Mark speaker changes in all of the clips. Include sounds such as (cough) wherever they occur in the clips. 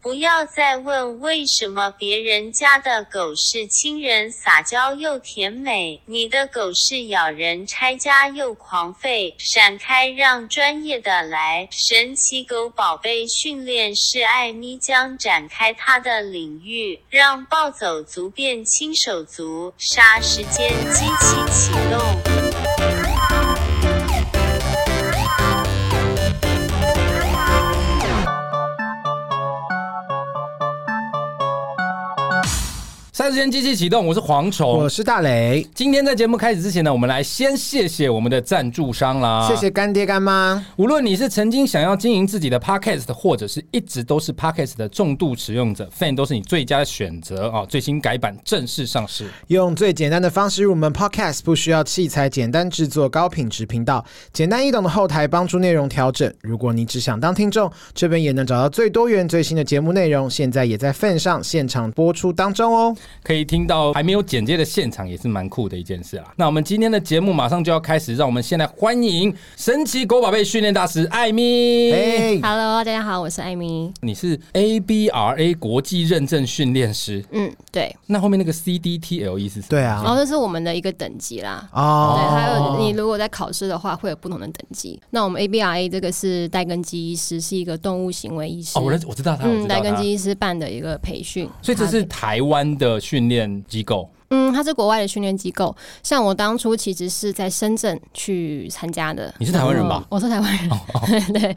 Speaker 1: 不要再问为什么别人家的狗是亲人撒娇又甜美，你的狗是咬人拆家又狂吠。闪开，让专业的来。神奇狗宝贝训练师艾咪将展开它的领域，让暴走族变轻手足。杀时间机器启动。
Speaker 2: 三十天机器启动，我是蝗虫
Speaker 3: 我。是大雷，
Speaker 2: 今天在节目开始之前呢，我们来先谢谢我们的赞助商啦。
Speaker 3: 谢谢干爹干妈，
Speaker 2: 无论你是曾经想要经营自己的 podcast，或者是一直都是 podcast 的重度使用者，Fan 都是你最佳的选择啊！最新改版正式上市，
Speaker 3: 用最简单的方式入门 Podcast，不需要器材，简单制作高品质频道，简单易懂的后台帮助内容调整。如果你只想当听众，这边也能找到最多元最新的节目内容，现在也在 Fan 上现场播出当中哦。
Speaker 2: 可以听到还没有剪接的现场，也是蛮酷的一件事啊。那我们今天的节目马上就要开始，让我们先来欢迎神奇狗宝贝训练大师艾米。
Speaker 3: 哎、
Speaker 4: Hello，大家好，我是艾米。
Speaker 2: 你是 ABRA 国际认证训练师，
Speaker 4: 嗯，对，
Speaker 2: 那后面那个 CDTLE E 是什么？
Speaker 3: 对
Speaker 4: 然后
Speaker 3: 啊，
Speaker 4: 这是我们的一个等级啦。对，
Speaker 3: 哦，
Speaker 4: 还有你如果在考试的话，会有不同的等级。那我们 ABRA 这个是戴根基医师，是一个动物行为医师。
Speaker 2: 哦，我认我知道他，我知
Speaker 4: 嗯，
Speaker 2: 道
Speaker 4: 戴根
Speaker 2: 他。
Speaker 4: 基医师办的一个培训，
Speaker 2: 所以这
Speaker 4: 它
Speaker 2: 是台湾的训练机构。
Speaker 4: 嗯，它是国外的训练机构。像我当初其实是在深圳去参加的。
Speaker 2: 你是台湾人吧哦
Speaker 4: 然后？我是台湾人， (laughs) 对。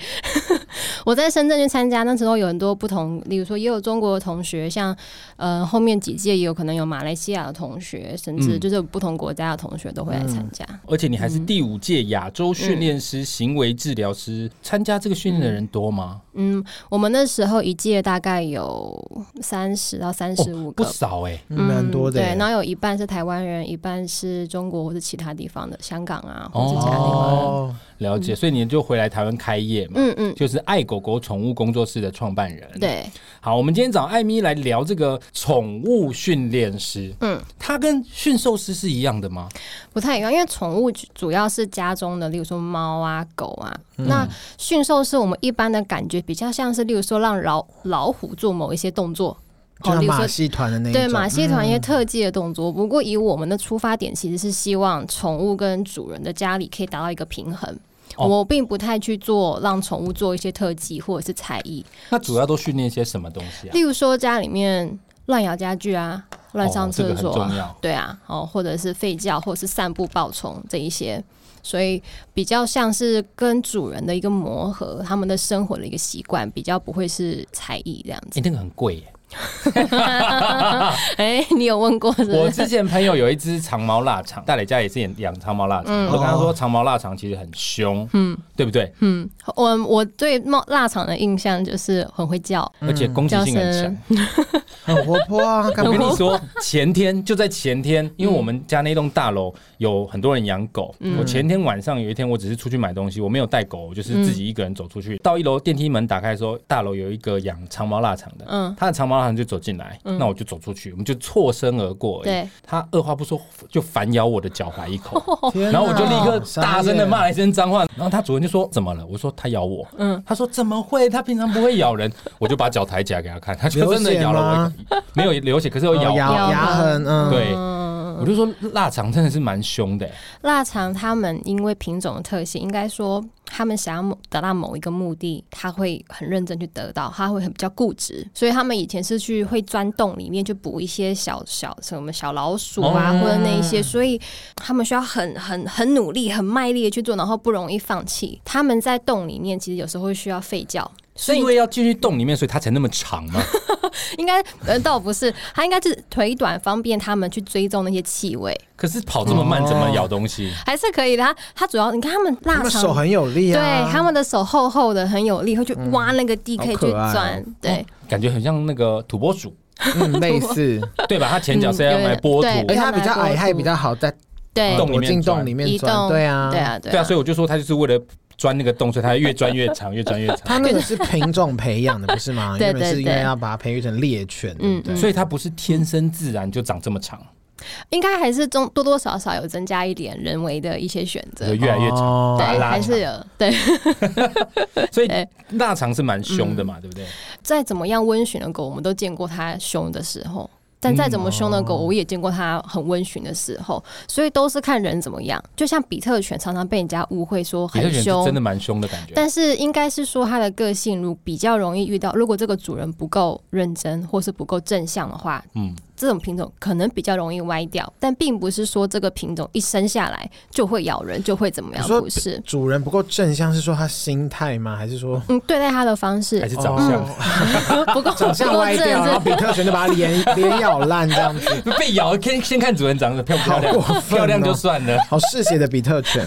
Speaker 4: 我在深圳去参加，那时候有很多不同，例如说也有中国的同学，像呃后面几届也有可能有马来西亚的同学，甚至
Speaker 2: 嗯
Speaker 4: 就是有不同国家的同学都会来参加。
Speaker 2: 而且你还是
Speaker 4: 嗯
Speaker 2: 第五届亚洲训练师、行为治疗师，参加这个训练的人多吗？
Speaker 4: 嗯，我们那时候一届大概有三十到三嗯十五
Speaker 2: 哦不
Speaker 4: 个。
Speaker 2: 少哎、
Speaker 3: 嗯蛮多的耶。
Speaker 4: 对，然后有一半是台湾人，一半是中国或者其他地方的，香港啊，或者其他地方人。
Speaker 3: 哦，
Speaker 2: 了解。所以你就回来台湾开业嘛，
Speaker 4: 嗯嗯，
Speaker 2: 就是爱狗狗宠物工作室的创办人。，
Speaker 4: 对，
Speaker 2: 好，我们今天找艾米来聊这个宠物训练师。嗯
Speaker 4: 嗯，
Speaker 2: 它跟驯兽师是一样的吗？
Speaker 4: 不太一样，因为宠物主要是家中的，例如说猫啊、狗啊。
Speaker 3: 嗯
Speaker 4: 那驯兽是我们一般的感觉比较像是，例如说让老老虎做某一些动作，哦
Speaker 3: 就像
Speaker 4: 例如
Speaker 3: 马
Speaker 4: 说。
Speaker 3: 戏团的那一种，嗯
Speaker 4: 对马戏团一些特技的动作，不过以我们的出发点，其实是希望宠物跟主人的家里可以达到一个平衡。
Speaker 2: 哦
Speaker 4: 我并不太去做让宠物做一些特技或者是才艺，
Speaker 2: 那主要都训练些什么东西啊
Speaker 4: 例？如说家里面乱摇家具啊，乱上
Speaker 2: 哦这个很
Speaker 4: 厕所、啊
Speaker 2: 重要
Speaker 4: 对啊，哦，或者是吠叫，或者是散步暴冲这一些，所以比较像是跟主人的一个磨合，他们的生活的一个习惯，比较不会是才艺这样子 (laughs)
Speaker 2: 哎、。那个很贵耶、
Speaker 4: 哎、你有问过 (laughs) 是不是
Speaker 2: 我之前朋友有一只长毛腊肠，大磊家也是养养长毛腊肠，我跟他说长毛腊肠其实很凶，嗯，对不对？
Speaker 4: 我我对猫腊肠的印象就是很会叫，
Speaker 2: 而且攻击性很
Speaker 4: 叫
Speaker 2: 强
Speaker 4: 声。
Speaker 3: 很活泼啊，干
Speaker 4: (laughs)
Speaker 2: 我跟
Speaker 3: 嘛？
Speaker 2: 你说，前天就在前天，因为我们家那栋大楼有很多人养狗。我前天晚上有一天，我只是出去买东西，我没有带狗，我就是自己一个人走出去。到一楼电梯门打开的时候，大楼有一个养长毛腊肠的，嗯
Speaker 4: 嗯，
Speaker 2: 他的长毛腊肠就走进来，那我就走出去，我们就错身而过。
Speaker 4: 对，
Speaker 2: 他二话不说就反咬我的脚踝一
Speaker 4: 啊
Speaker 2: 口，
Speaker 3: 天
Speaker 2: 然后我就立
Speaker 3: 哪
Speaker 2: 刻大声的。
Speaker 3: 傻眼
Speaker 2: 骂了一声脏话，然后他主人就说怎么了？我说他咬我，嗯，他说怎么会？他平常不会咬人， (laughs) 我就把脚抬起来给他看，他就真的咬了我一口，没有流血，可是有
Speaker 3: 哦
Speaker 2: 咬
Speaker 3: 牙
Speaker 2: 痕。
Speaker 4: 咬
Speaker 3: 牙痕，嗯，
Speaker 2: 对，我就说腊肠真的是蛮凶的欸，
Speaker 4: 腊肠它们因为品种的特性，应该说它们想要某达到某一个目的，它会很认真去得到，它会很比较固执，所以它们以前是去会钻洞里面去捕一些小小什么小老鼠啊，
Speaker 2: 哦
Speaker 4: 或者那一些，所以它们需要很很很努力、很卖力的去做，然后不容易放弃。它们在洞里面其实有时候会需要吠叫。所
Speaker 2: 是
Speaker 4: 以
Speaker 2: 因为要进去洞里面，所以它才那么长吗？ (laughs)
Speaker 4: 应该呃倒不是，它应该是腿短，方便它们去追踪那些气味，
Speaker 2: 可是跑这么慢，怎么咬东西？
Speaker 4: 还是可以的。它它主要你看它们
Speaker 3: 他
Speaker 4: 腊
Speaker 3: 们
Speaker 4: 肠
Speaker 3: 手很有力啊，
Speaker 4: 对，他们的手厚厚的，很有力，会去
Speaker 2: 嗯
Speaker 4: 挖那个地，
Speaker 3: 好
Speaker 4: 可以去
Speaker 3: 可爱哦
Speaker 4: 钻。对，
Speaker 2: 感觉很像那个土拨鼠，
Speaker 4: (laughs)
Speaker 3: 嗯类似，
Speaker 2: 对吧？它前脚是要
Speaker 4: 嗯有点
Speaker 2: 来拨土，
Speaker 4: 对
Speaker 3: 而且它比较矮，它也比较好在
Speaker 4: 对，
Speaker 2: 洞里
Speaker 3: 躲
Speaker 2: 面
Speaker 3: 进洞
Speaker 2: 钻
Speaker 3: 里
Speaker 4: 移
Speaker 3: 面钻，
Speaker 4: 动，
Speaker 3: 对啊，
Speaker 4: 对。啊，对
Speaker 2: 对啊，所
Speaker 4: 以
Speaker 2: 以我就说它就是为了钻那个洞，所以它越钻越长，越钻越长。
Speaker 3: 它那个是品种培养的，不是吗？
Speaker 4: (laughs) 对
Speaker 3: 原本
Speaker 4: 对
Speaker 3: 是应该
Speaker 4: 对
Speaker 3: 要把它培育成猎犬，对不对
Speaker 4: 嗯
Speaker 2: 所以它不是天生自然就长这么长，
Speaker 4: 应该还是中多多少少有增加一点人为的一些选择
Speaker 2: 就，越来越长。
Speaker 3: 长
Speaker 2: 把它
Speaker 4: 对，
Speaker 2: 啊拉
Speaker 4: 还
Speaker 2: 长
Speaker 4: 是有对。 (laughs)
Speaker 2: 所以
Speaker 4: 对嗯
Speaker 2: 腊肠是蛮凶的嘛，对不对？
Speaker 4: 再怎么样温驯的狗，我们都见过它凶的时候。但再怎么凶的狗，
Speaker 2: 嗯
Speaker 4: 我也见过它很温驯的时候，所以都是看人怎么样。就像比特犬常常被人家误会说
Speaker 2: 比特
Speaker 4: 很
Speaker 2: 犬是
Speaker 4: 凶
Speaker 2: 真，的蛮凶的感觉。
Speaker 4: 但是应该是说它的个性，如比较容易遇到，如果这个主人不够认真或是不够正向的话，
Speaker 2: 嗯，
Speaker 4: 这种品种可能比较容易歪掉。但并不是说这个品种一生下来就会咬人，就会怎么样
Speaker 3: 你，说
Speaker 4: 不是？
Speaker 3: 主人不够正向，是说他心态吗？还是说
Speaker 4: 嗯，对待它的方式
Speaker 3: (laughs)
Speaker 2: 还是长相、
Speaker 3: 哦
Speaker 4: 不够
Speaker 3: 长
Speaker 4: 嗯不
Speaker 3: 相
Speaker 4: 够
Speaker 3: 歪
Speaker 4: 正
Speaker 3: 掉，然后比特犬就把它
Speaker 4: (laughs)
Speaker 3: 脸脸咬烂这样子，
Speaker 2: (laughs) 被咬，先先看主人长得漂不漂亮，
Speaker 3: 好过分
Speaker 2: 漂
Speaker 3: 哦
Speaker 2: 亮就算了。
Speaker 3: 好嗜血的比特犬。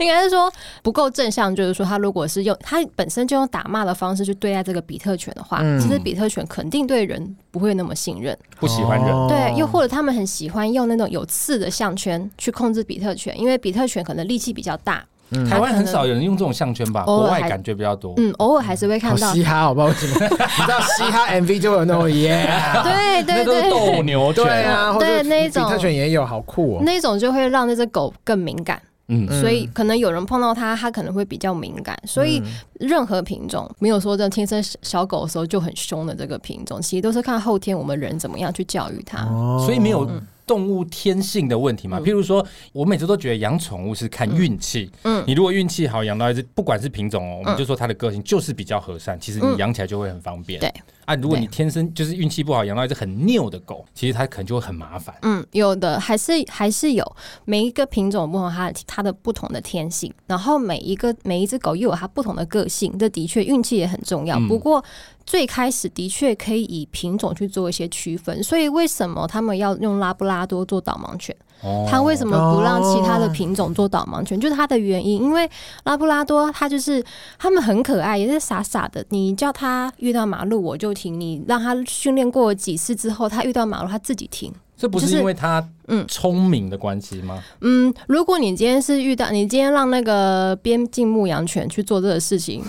Speaker 4: 应该是说不够正向，就是说他如果是用他本身就用打骂的方式去对待这个比特犬的话，
Speaker 3: 嗯
Speaker 4: 其实比特犬肯定对人不会那么信任。
Speaker 2: 不喜欢人，
Speaker 3: 哦
Speaker 4: 对，又或者他们很喜欢用那种有刺的项圈去控制比特犬，因为比特犬可能力气比较大，
Speaker 3: 嗯
Speaker 2: 台湾很少有人用这种项圈吧？
Speaker 4: 偶尔
Speaker 2: 国外
Speaker 4: 哦还
Speaker 2: 感觉比较多。
Speaker 4: 嗯，偶尔还是会
Speaker 3: 好
Speaker 4: 看到。
Speaker 3: 嘻哈，哦好不好？为什么？
Speaker 4: (laughs)
Speaker 3: 你知道嘻哈 MV 就有那种耶，
Speaker 4: 对
Speaker 3: 啊
Speaker 2: 那
Speaker 4: 对
Speaker 2: 都是
Speaker 4: 对，
Speaker 2: 斗牛犬，
Speaker 3: 对啊，或者
Speaker 4: 对那一
Speaker 3: 比
Speaker 4: 种
Speaker 3: 特犬也有，好酷哦。
Speaker 4: 那种就会让那只狗更敏感。
Speaker 2: 嗯
Speaker 4: 所以可能有人碰到它，它可能会比较敏感。
Speaker 3: 嗯
Speaker 4: 所以任何品种没有说这天生小狗的时候就很凶的这个品种，其实都是看后天我们人怎么样去教育它。
Speaker 2: 所以没有
Speaker 4: 嗯
Speaker 2: 动物天性的问题嘛。譬如说，我每次都觉得养宠物是看运气。嗯
Speaker 4: 嗯，
Speaker 2: 你如果运气好，养到一只，不管是品种哦，我们就说它的个性就是比较和善，其实你
Speaker 4: 嗯
Speaker 2: 养起来就会很方便。
Speaker 4: 对
Speaker 2: 啊，如果你
Speaker 4: 对
Speaker 2: 天生就是运气不好，养到一只很拗的狗，其实它可能就会很麻烦。
Speaker 4: 嗯，有的还是还是有每一个品种不同它的它的不同的天性，然后每一个每一只狗又有它不同的个性，这的确运气也很重要。
Speaker 2: 嗯
Speaker 4: 不过最开始的确可以以品种去做一些区分，所以为什么他们要用拉布拉多做导盲犬？
Speaker 2: 哦
Speaker 4: 它为什么不让其他的
Speaker 3: 哦
Speaker 4: 品种做导盲犬？就是它的原因，因为拉布拉多它就是它们很可爱，也是傻傻的。你叫它遇到马路我就停，你让它训练过几次之后，它遇到马路它自己停。
Speaker 2: 这不
Speaker 4: 就是是
Speaker 2: 因为它
Speaker 4: 嗯
Speaker 2: 聪明的关系
Speaker 4: (laughs)
Speaker 2: 吗？
Speaker 4: 嗯，如果你今天是遇到你今天让那个边境牧羊犬去做这个事情 (laughs)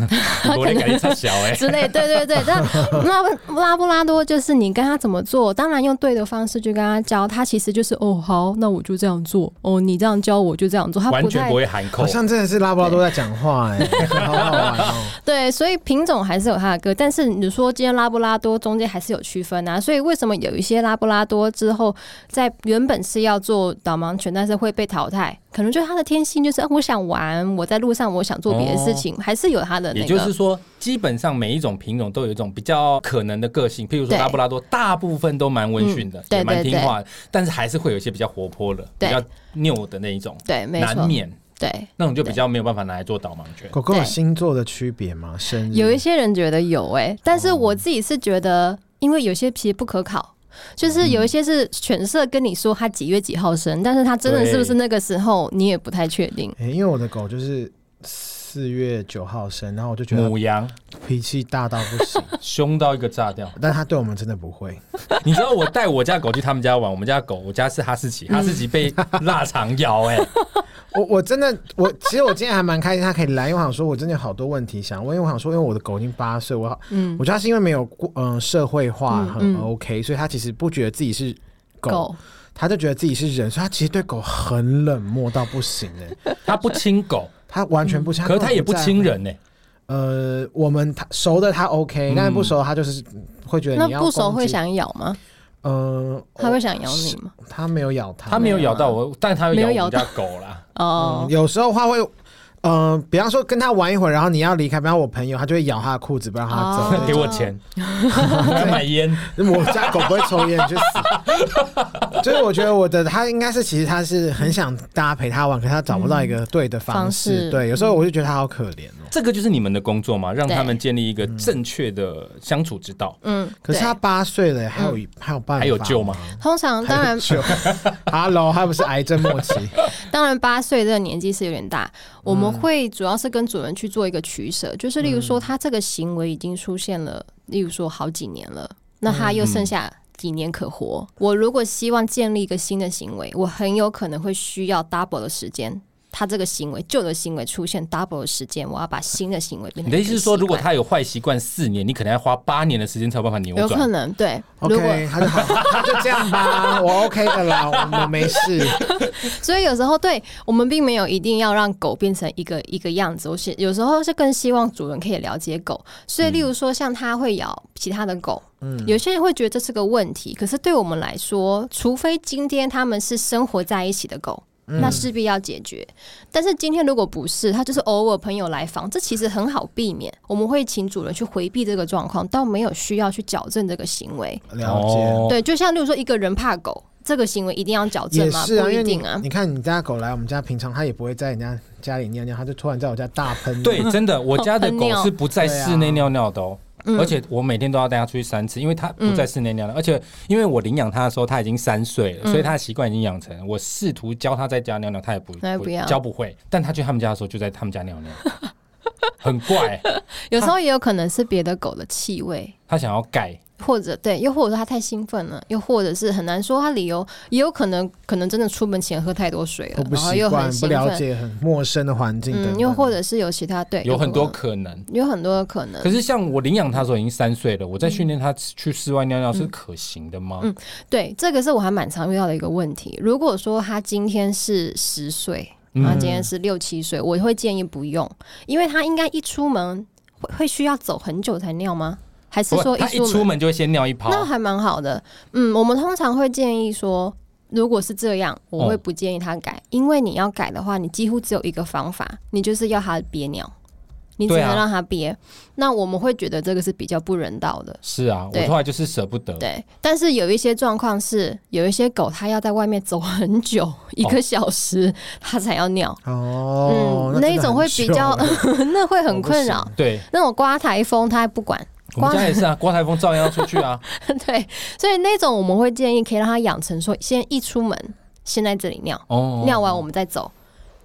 Speaker 2: 我的感觉差小哎。
Speaker 4: 之类，对对对，但拉布拉布拉多就是你跟他怎么做，当然用对的方式去跟他教，他其实就是哦好，那我就这样做，哦你这样教我就这样做，他
Speaker 2: 完
Speaker 4: 不
Speaker 2: 全
Speaker 4: 太
Speaker 2: 不会喊口
Speaker 3: 好，像真的是拉布拉多在讲话哎，
Speaker 4: (laughs)
Speaker 3: 好好玩哦。
Speaker 4: 对，所以品种还是有它的歌，但是你说今天拉布拉多中间还是有区分啊，所以为什么有一些拉布拉多之后在原本是要做导盲犬，但是会被淘汰，可能就是它的天性就是、啊、我想玩，我在路上我想做别的事
Speaker 3: 哦
Speaker 4: 情，还是有它的那个。
Speaker 2: 也就是说，基本上每一种品种都有一种比较可能的个性，譬如说
Speaker 4: 对嗯
Speaker 2: 拉布拉多，大部分都蛮温驯的，
Speaker 4: 对
Speaker 2: 也蛮
Speaker 4: 对
Speaker 2: 听
Speaker 4: 对
Speaker 2: 话的，但是还是会有一些比较活泼的、比
Speaker 4: 对
Speaker 2: 较拗的那一种，
Speaker 4: 对，没
Speaker 2: 难
Speaker 4: 错，
Speaker 2: 免
Speaker 4: 对。
Speaker 2: 那种就比较没有办法拿来做导盲犬。
Speaker 3: 狗狗有
Speaker 4: 对
Speaker 3: 星座的区别吗？生日
Speaker 4: 有一些人觉得有哎、但是我自己是觉得，因为有些其实不可考。就是有一些是犬舍跟你说他几月几号生，但是他真的是不是那个时候，你也不太确定。
Speaker 3: 诶欸因为我的狗就是四月九号生，然后我就觉得
Speaker 2: 母羊
Speaker 3: 脾气大到不行， (laughs)
Speaker 2: 凶到一个炸掉，
Speaker 3: 但它对我们真的不会。
Speaker 2: 你知道我带我家狗去他们家玩，我们家狗我家是哈士奇，哈士奇被
Speaker 3: 嗯
Speaker 2: 腊肠咬哎、
Speaker 3: 我我真的我其实我今天还蛮开心，它可以来，因为我想说我真的有好多问题想问，因为我想说因为我的狗已经八岁，我好
Speaker 4: 嗯，
Speaker 3: 我觉得它是因为没有过嗯、社会化
Speaker 4: 嗯
Speaker 3: 很
Speaker 4: 嗯
Speaker 3: OK，、所以它其实不觉得自己是狗，
Speaker 4: 狗
Speaker 3: 它就觉得自己是人，所以它其实对狗很冷漠到不行哎、
Speaker 2: 它不亲狗，
Speaker 3: 它完全不
Speaker 4: 嗯
Speaker 3: 像，
Speaker 2: 可是它也不
Speaker 3: 在乎
Speaker 2: 亲人哎、
Speaker 3: 呃，我们他熟的他 OK，、但是
Speaker 2: 嗯
Speaker 3: 不熟的他就是会觉得
Speaker 4: 那
Speaker 3: 你要
Speaker 4: 不熟
Speaker 3: 攻
Speaker 4: 会
Speaker 3: 击，
Speaker 4: 想咬吗？
Speaker 3: 呃，
Speaker 4: 它会
Speaker 3: 我
Speaker 2: 哦
Speaker 4: 想咬你吗？
Speaker 3: 他没有咬他，
Speaker 2: 它没有咬
Speaker 3: 啊
Speaker 2: 到我，但它有咬
Speaker 4: 没有
Speaker 2: 我们
Speaker 4: 咬
Speaker 2: 家狗啦。
Speaker 4: 哦
Speaker 3: 嗯，，有时候他会。呃，比方说跟他玩一会儿，然后你要离开，比方我朋友，他就会咬他的裤子，不让他走。
Speaker 4: 哦
Speaker 2: (laughs) 给我
Speaker 3: (laughs)
Speaker 2: 钱，我要买烟。
Speaker 3: 我家狗不会抽烟，你去死！ (laughs) 就是我觉得我的他应该是，其实他是很想大家陪他玩，可是他找不到一个对的方
Speaker 4: 嗯方
Speaker 3: 式。
Speaker 4: 式嗯
Speaker 3: 对，有时候我就觉得他好可怜哦。
Speaker 2: 这个就是你们的工作嘛，让
Speaker 4: 对
Speaker 2: 他们建立一个正确的相处之道。
Speaker 4: 嗯，
Speaker 3: 可是他
Speaker 4: 对
Speaker 3: 八岁了，还有、还有办法，
Speaker 2: 还有救吗？
Speaker 4: 通常嗯当然
Speaker 3: (laughs)
Speaker 2: (laughs)
Speaker 3: ？Hello，他不是癌症末期。
Speaker 4: 当然八岁这个年纪是有点大，
Speaker 2: 嗯
Speaker 4: 我们会主要是跟主人去做一个取舍，就是例如
Speaker 2: 嗯
Speaker 4: 说他这个行为已经出现了，例如说好几年
Speaker 2: 嗯
Speaker 4: 了，那他又剩下。几年可活？我如果希望建立一个新的行为，我很有可能会需要 double 的时间。他这个行为旧的行为出现 double 的时间，我要把新的行为变成
Speaker 2: 你的意思是说，
Speaker 4: 一个习惯
Speaker 2: 如果他有坏习惯四年，你可能要花八年的时间才有办法扭
Speaker 4: 有可
Speaker 2: 转。
Speaker 4: 能对，如果
Speaker 3: OK，他就
Speaker 4: (laughs)
Speaker 3: 好，他就这样吧，我 OK 的啦，我我没事。
Speaker 4: 所以有时候对我们并没有一定要让狗变成一个一个样子，我是有时候是更希望主人可以了解狗。所以，例如说像它会咬其他的狗，
Speaker 3: 嗯
Speaker 4: 有些人会觉得这是个问题，可是对我们来说，除非今天他们是生活在一起的狗。
Speaker 3: 嗯
Speaker 4: 那势必要解决，但是今天如果不是，它就是偶尔朋友来访，这其实很好避免。我们会请主人去回避这个状况，倒没有需要去矫正这个行为。
Speaker 3: 了
Speaker 2: 哦
Speaker 3: 解。
Speaker 4: 对，就像例如说一个人怕狗，这个行为一定要矫正
Speaker 3: 也
Speaker 4: 吗？
Speaker 3: 是啊，
Speaker 4: 不
Speaker 3: 因为
Speaker 4: 一
Speaker 3: 你
Speaker 4: 定啊。
Speaker 3: 你看你家狗来我们家，平常它也不会在人家家里尿尿，它就突然在我家大喷。
Speaker 2: 对，真的，我家的
Speaker 4: 喷
Speaker 2: 狗
Speaker 4: 尿
Speaker 2: 是不在
Speaker 3: 对啊
Speaker 2: 室内尿尿的哦。
Speaker 4: 嗯
Speaker 2: 而且我每天都要带它出去三次，因为它不在室内尿尿。而且因为我领养它的时候，它已经三岁
Speaker 4: 嗯
Speaker 2: 了，所以它的习惯已经养成了。我试图教它在家尿尿，它也不
Speaker 4: 它也不要
Speaker 2: 教不会。但它去他们家的时候，就在他们家尿尿，很怪。
Speaker 4: 有时候也有可能是别的狗的气味，
Speaker 2: 它想要盖，
Speaker 4: 或者对，又或者说它太兴奋了，又或者是很难说它理由，也有可能可能真的出门前喝太多水
Speaker 3: 都
Speaker 4: 了，
Speaker 3: 不
Speaker 4: 然后
Speaker 3: 习
Speaker 4: 哦又
Speaker 3: 惯
Speaker 4: 很，
Speaker 3: 不
Speaker 4: 兴
Speaker 3: 了
Speaker 4: 奋，
Speaker 3: 解很陌生的环境等
Speaker 4: 嗯，
Speaker 3: 等。
Speaker 4: 又或者是 (laughs) 有其他对，
Speaker 2: 有很多
Speaker 4: 可
Speaker 2: 可能。
Speaker 4: 有很多的可能
Speaker 2: 可。是像我领养它的时候已经三岁了，我
Speaker 4: 嗯
Speaker 2: 在训练它去室外尿尿是可行的吗？
Speaker 4: 对，这个是我还蛮常遇到的一个问题。如果说他今天是十岁，
Speaker 3: 嗯
Speaker 4: 然后今天是六七岁，我会建议不用，因为他应该一出门会会需要走很久才尿吗？还是
Speaker 2: 不
Speaker 4: 说
Speaker 2: 它一出门就会先尿一泡，
Speaker 4: 那还蛮好的。嗯，我们通常会建议说，如果是这样，我会不建议他改，
Speaker 3: 哦
Speaker 4: 因为你要改的话，你几乎只有一个方法，你就是要他憋尿，你只
Speaker 2: 对啊
Speaker 4: 能让他憋。那我们会觉得这个是比较不人道的。
Speaker 2: 是啊，我
Speaker 4: 对
Speaker 2: 后来就是舍不
Speaker 3: 嗯
Speaker 2: 得。
Speaker 4: 对，但是有一些状况是，有一些狗它要在外面走很久， (laughs) 一个小时它才要尿，
Speaker 3: 哦，
Speaker 4: 嗯，
Speaker 3: 那
Speaker 4: 那一
Speaker 3: 真的
Speaker 4: 种
Speaker 3: 很
Speaker 4: 会比
Speaker 3: 糗
Speaker 4: 较， (laughs) 那会很困
Speaker 3: 我
Speaker 4: 扰
Speaker 3: 不。
Speaker 2: 对，
Speaker 4: 那种刮台风它还不管，
Speaker 2: 我们家也是
Speaker 4: (laughs)
Speaker 2: 啊，刮台风照样要出去啊。
Speaker 4: 对，所以那种我们会建议可以让他养成说，先一出门先在这里尿，
Speaker 2: 哦，
Speaker 4: 尿完我们再走，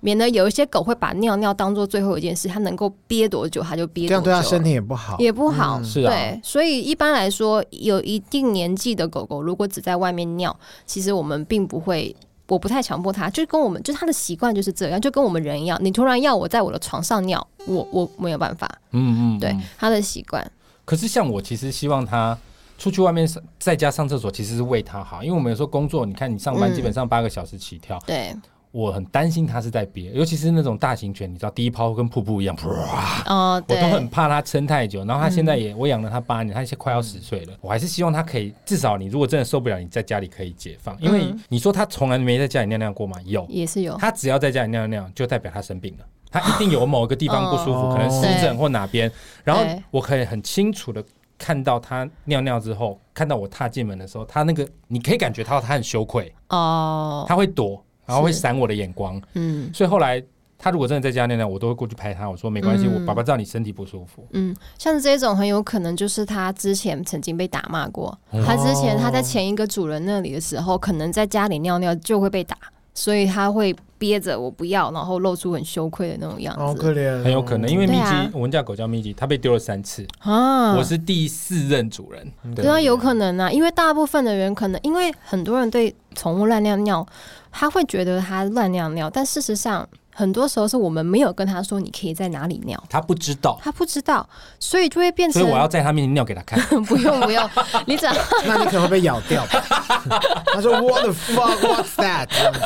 Speaker 4: 免得有一些狗会把尿尿当做最后一件事，它能够憋多久它就
Speaker 3: (laughs)
Speaker 4: 憋
Speaker 3: 这
Speaker 4: 多
Speaker 3: 样
Speaker 4: 久，
Speaker 3: 对它身体也不好。嗯
Speaker 4: 也不好。
Speaker 2: 是啊
Speaker 4: 对，所以一般来说，有一定年纪的狗狗如果只在外面尿，其实我们并不会。我不太强迫它，就跟我们就它的习惯就是这样，就跟我们人一样。你突然要我在我的床上尿，我我没有办法，
Speaker 2: 嗯嗯，
Speaker 4: 对
Speaker 2: 嗯
Speaker 4: 它的习惯。
Speaker 2: 可是像我其实希望他出去外面上在家上厕所，其实是为他好，因为我们有时候工作，你看你上班
Speaker 4: 嗯
Speaker 2: 基本上八个小时起跳，
Speaker 4: 对，
Speaker 2: 我很担心他是在憋，尤其是那种大型犬，你知道第一泡跟瀑布一样，哇
Speaker 4: 哦、
Speaker 2: 啊我
Speaker 4: 对，
Speaker 2: 都很怕它撑太久。然后它现在
Speaker 4: 嗯
Speaker 2: 也，我养了它八年，它现在快要十岁了。我还是希望它可以，至少你如果真的受不了，你在家里可以解放。因为你说它从来没在家里尿尿过吗？有，
Speaker 4: 也是嗯有。
Speaker 2: 它只要在家里尿尿，就代表它生病了。它一定有某个地方不舒服，
Speaker 3: 哦
Speaker 2: 可能湿疹或哪边。然后
Speaker 4: 对
Speaker 2: 我可以很清楚的看到它尿尿之后，看到我踏进门的时候，它那个你可以感觉到它很羞愧，
Speaker 4: 哦，
Speaker 2: 它会躲，然后会
Speaker 4: 是
Speaker 2: 闪我的眼光。
Speaker 4: 嗯
Speaker 2: 所以后来它如果真的在家尿尿，我都会过去拍它，我说没关系，
Speaker 4: 嗯
Speaker 2: 我爸爸知道你身体不舒服。
Speaker 4: 嗯，像这种很有可能就是他之前曾经被打骂过，
Speaker 2: 嗯
Speaker 4: 他之前他在前一个主人那里的时候，可能在家里尿尿就会被打，所以他会憋着我不要，然后露出很羞愧的那种样
Speaker 3: 好
Speaker 4: 子
Speaker 3: 可怜哦，
Speaker 2: 很有可能，因为
Speaker 4: 对
Speaker 2: 密基，
Speaker 4: 啊
Speaker 2: 我们家狗叫密基，它被丢了三次，
Speaker 4: 啊
Speaker 2: 我。是第四任主人。
Speaker 3: 嗯
Speaker 4: 对啊，有可能啊，因为大部分的人可能，因为很多人对宠物乱尿尿，他会觉得他乱尿尿，但事实上，很多时候是我们没有跟他说你可以在哪里尿，
Speaker 2: 它不知道，
Speaker 4: 他不知道，所以就会变
Speaker 2: 所
Speaker 4: 成
Speaker 2: 以我要在它面前尿给它看。
Speaker 4: (laughs) 不用不用，你只要
Speaker 3: 那你可能会被咬掉。他
Speaker 4: (laughs)
Speaker 3: 说 What the fuck? What's that？这样子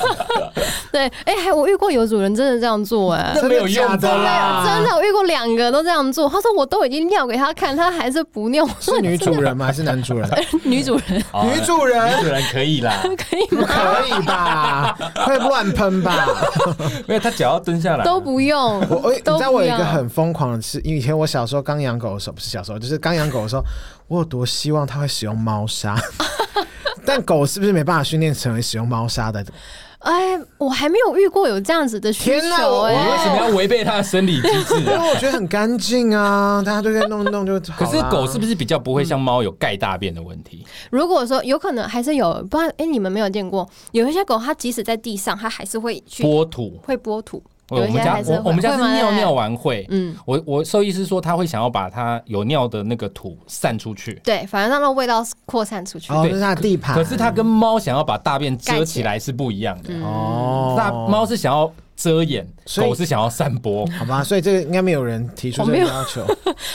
Speaker 4: 对，哎、还我遇过有主人真的这样做、哎。啊
Speaker 2: 那没有用的啦
Speaker 4: 真的，我遇过两个都这样做。他说我都已经尿给他看，他还是不尿。我 (laughs) 说
Speaker 3: 是
Speaker 4: 呃
Speaker 3: 女主人吗？还是男主
Speaker 2: (laughs)
Speaker 3: 人？
Speaker 4: 女主人
Speaker 3: (laughs)
Speaker 2: 哦
Speaker 3: 女主人
Speaker 2: 女主人可以啦，
Speaker 4: (laughs) 可以
Speaker 3: (laughs)
Speaker 4: 吗？
Speaker 3: 可以吧？会乱喷吧？
Speaker 2: 没有它脚要蹲下来，
Speaker 4: 都不用
Speaker 3: 我我，你知
Speaker 4: 都
Speaker 3: 道我
Speaker 4: 不
Speaker 3: 有一个
Speaker 4: 要。
Speaker 3: 很疯狂的事，因为以前我小时候刚养狗的时候，不是小时候，就是刚养狗的时候，我有多希望它会使用猫砂。 (laughs) 但狗是不是没办法训练成为使用猫砂的？
Speaker 4: 哎，我还没有遇过有这样子的需
Speaker 3: 天哪
Speaker 4: 求
Speaker 3: 我
Speaker 2: 你为什么
Speaker 4: 哎。
Speaker 2: 要违背它的生理机制
Speaker 3: 因为
Speaker 4: (laughs)
Speaker 2: 啊？
Speaker 3: 我觉得很干净啊，大家都在弄一弄就好
Speaker 2: 可
Speaker 3: 啦。
Speaker 2: 是狗是不是比较不会像猫有盖大便的问题？
Speaker 4: 如果说有可能还是有，不然哎，你们没有见过，有一些狗它即使在地上，它还是会去
Speaker 2: 波土，
Speaker 4: 会拨土。
Speaker 2: 我
Speaker 4: 有一
Speaker 2: 们
Speaker 4: 些
Speaker 2: 家
Speaker 4: 还是
Speaker 2: 我我们家
Speaker 4: 会
Speaker 2: 是
Speaker 4: 吗
Speaker 2: 尿尿完会，
Speaker 4: 嗯，
Speaker 2: 我我兽医是说他会想要把它有尿的那个土散出去，
Speaker 4: 对，反正让那味道扩散出去。
Speaker 3: 哦，
Speaker 2: 对
Speaker 3: 那是它的地盘。
Speaker 2: 可是它跟猫想要把大便遮起来是不一样的。
Speaker 3: 哦，
Speaker 2: 那猫是想要遮掩，
Speaker 3: 所以
Speaker 2: 狗是想要散
Speaker 4: (laughs)
Speaker 2: 播。
Speaker 3: 好吧，所以这个应该没有人提出
Speaker 4: 我
Speaker 3: 这个
Speaker 4: 没有
Speaker 3: 要求。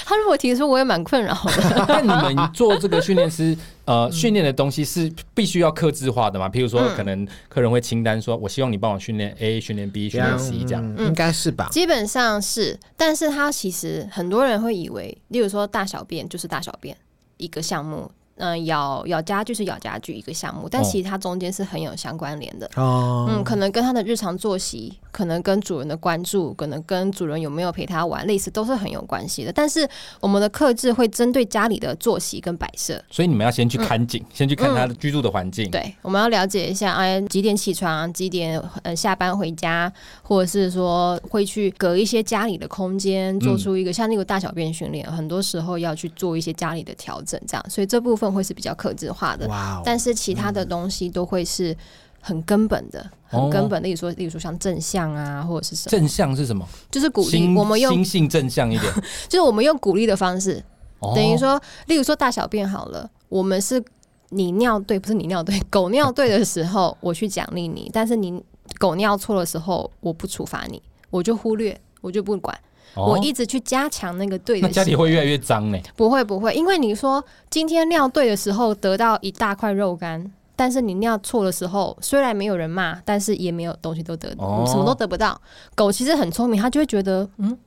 Speaker 4: 他如果提出，我也蛮困扰的。
Speaker 2: 但你们做这个训练师，呃，训练的东西是必须要克制化的嘛？譬如说，
Speaker 4: 嗯
Speaker 2: 可能客人会清单说，我希望你帮我训练 A，训练 B，训练 C 这样。
Speaker 3: 嗯应该是吧？
Speaker 4: 基本上是，但是他其实很多人会以为，例如说大小便就是大小便一个项目，嗯、咬咬家具是咬家具一个项目，但
Speaker 2: 哦
Speaker 4: 其实它中间是很有相关联的。
Speaker 3: 哦，
Speaker 4: 嗯，可能跟他的日常作息，可能跟主人的关注，可能跟主人有没有陪他玩，类似都是很有关系的。但是我们的克制会针对家里的作息跟摆设，
Speaker 2: 所以你们要先去看景，先去看他的居住的环境。
Speaker 4: 嗯对，我们要了解一下，哎，几点起床，几点呃下班回家，或者是说会去隔一些家里的空间，
Speaker 2: 嗯
Speaker 4: 做出一个、像那个大小便训练，很多时候要去做一些家里的调整，这样，所以这部分会是比较克制化的。
Speaker 3: 哇哦，
Speaker 4: 嗯但是其他的东西都会是很根本的，
Speaker 2: 嗯哦
Speaker 4: 很根本的，例如说，例如说像正向啊，或者是什么，
Speaker 2: 正向是什么？
Speaker 4: 就是鼓励
Speaker 2: 心
Speaker 4: 我们用
Speaker 2: 心，性正向一点，
Speaker 4: 就是我们用鼓励的方式，
Speaker 2: 哦
Speaker 4: (laughs) 等于说，例如说大小便好了，我们是你尿对，不是你尿对，狗尿对的时候，我去奖励你，但是你狗尿错的时候，我不处罚你，我就忽略，我就不管，我
Speaker 2: 哦
Speaker 4: 一直嗯去加强那个对
Speaker 2: 那
Speaker 4: 的
Speaker 2: 家里
Speaker 4: 行为。
Speaker 2: 会越来越脏呢。
Speaker 4: 不会不会，因为你说今天尿对的时候得到一大块肉干，但是你尿错的时候，虽然没有人骂，但是也没有东西都得，
Speaker 2: 哦
Speaker 4: 什么都得不到。狗其实很聪明，它就会觉得，嗯，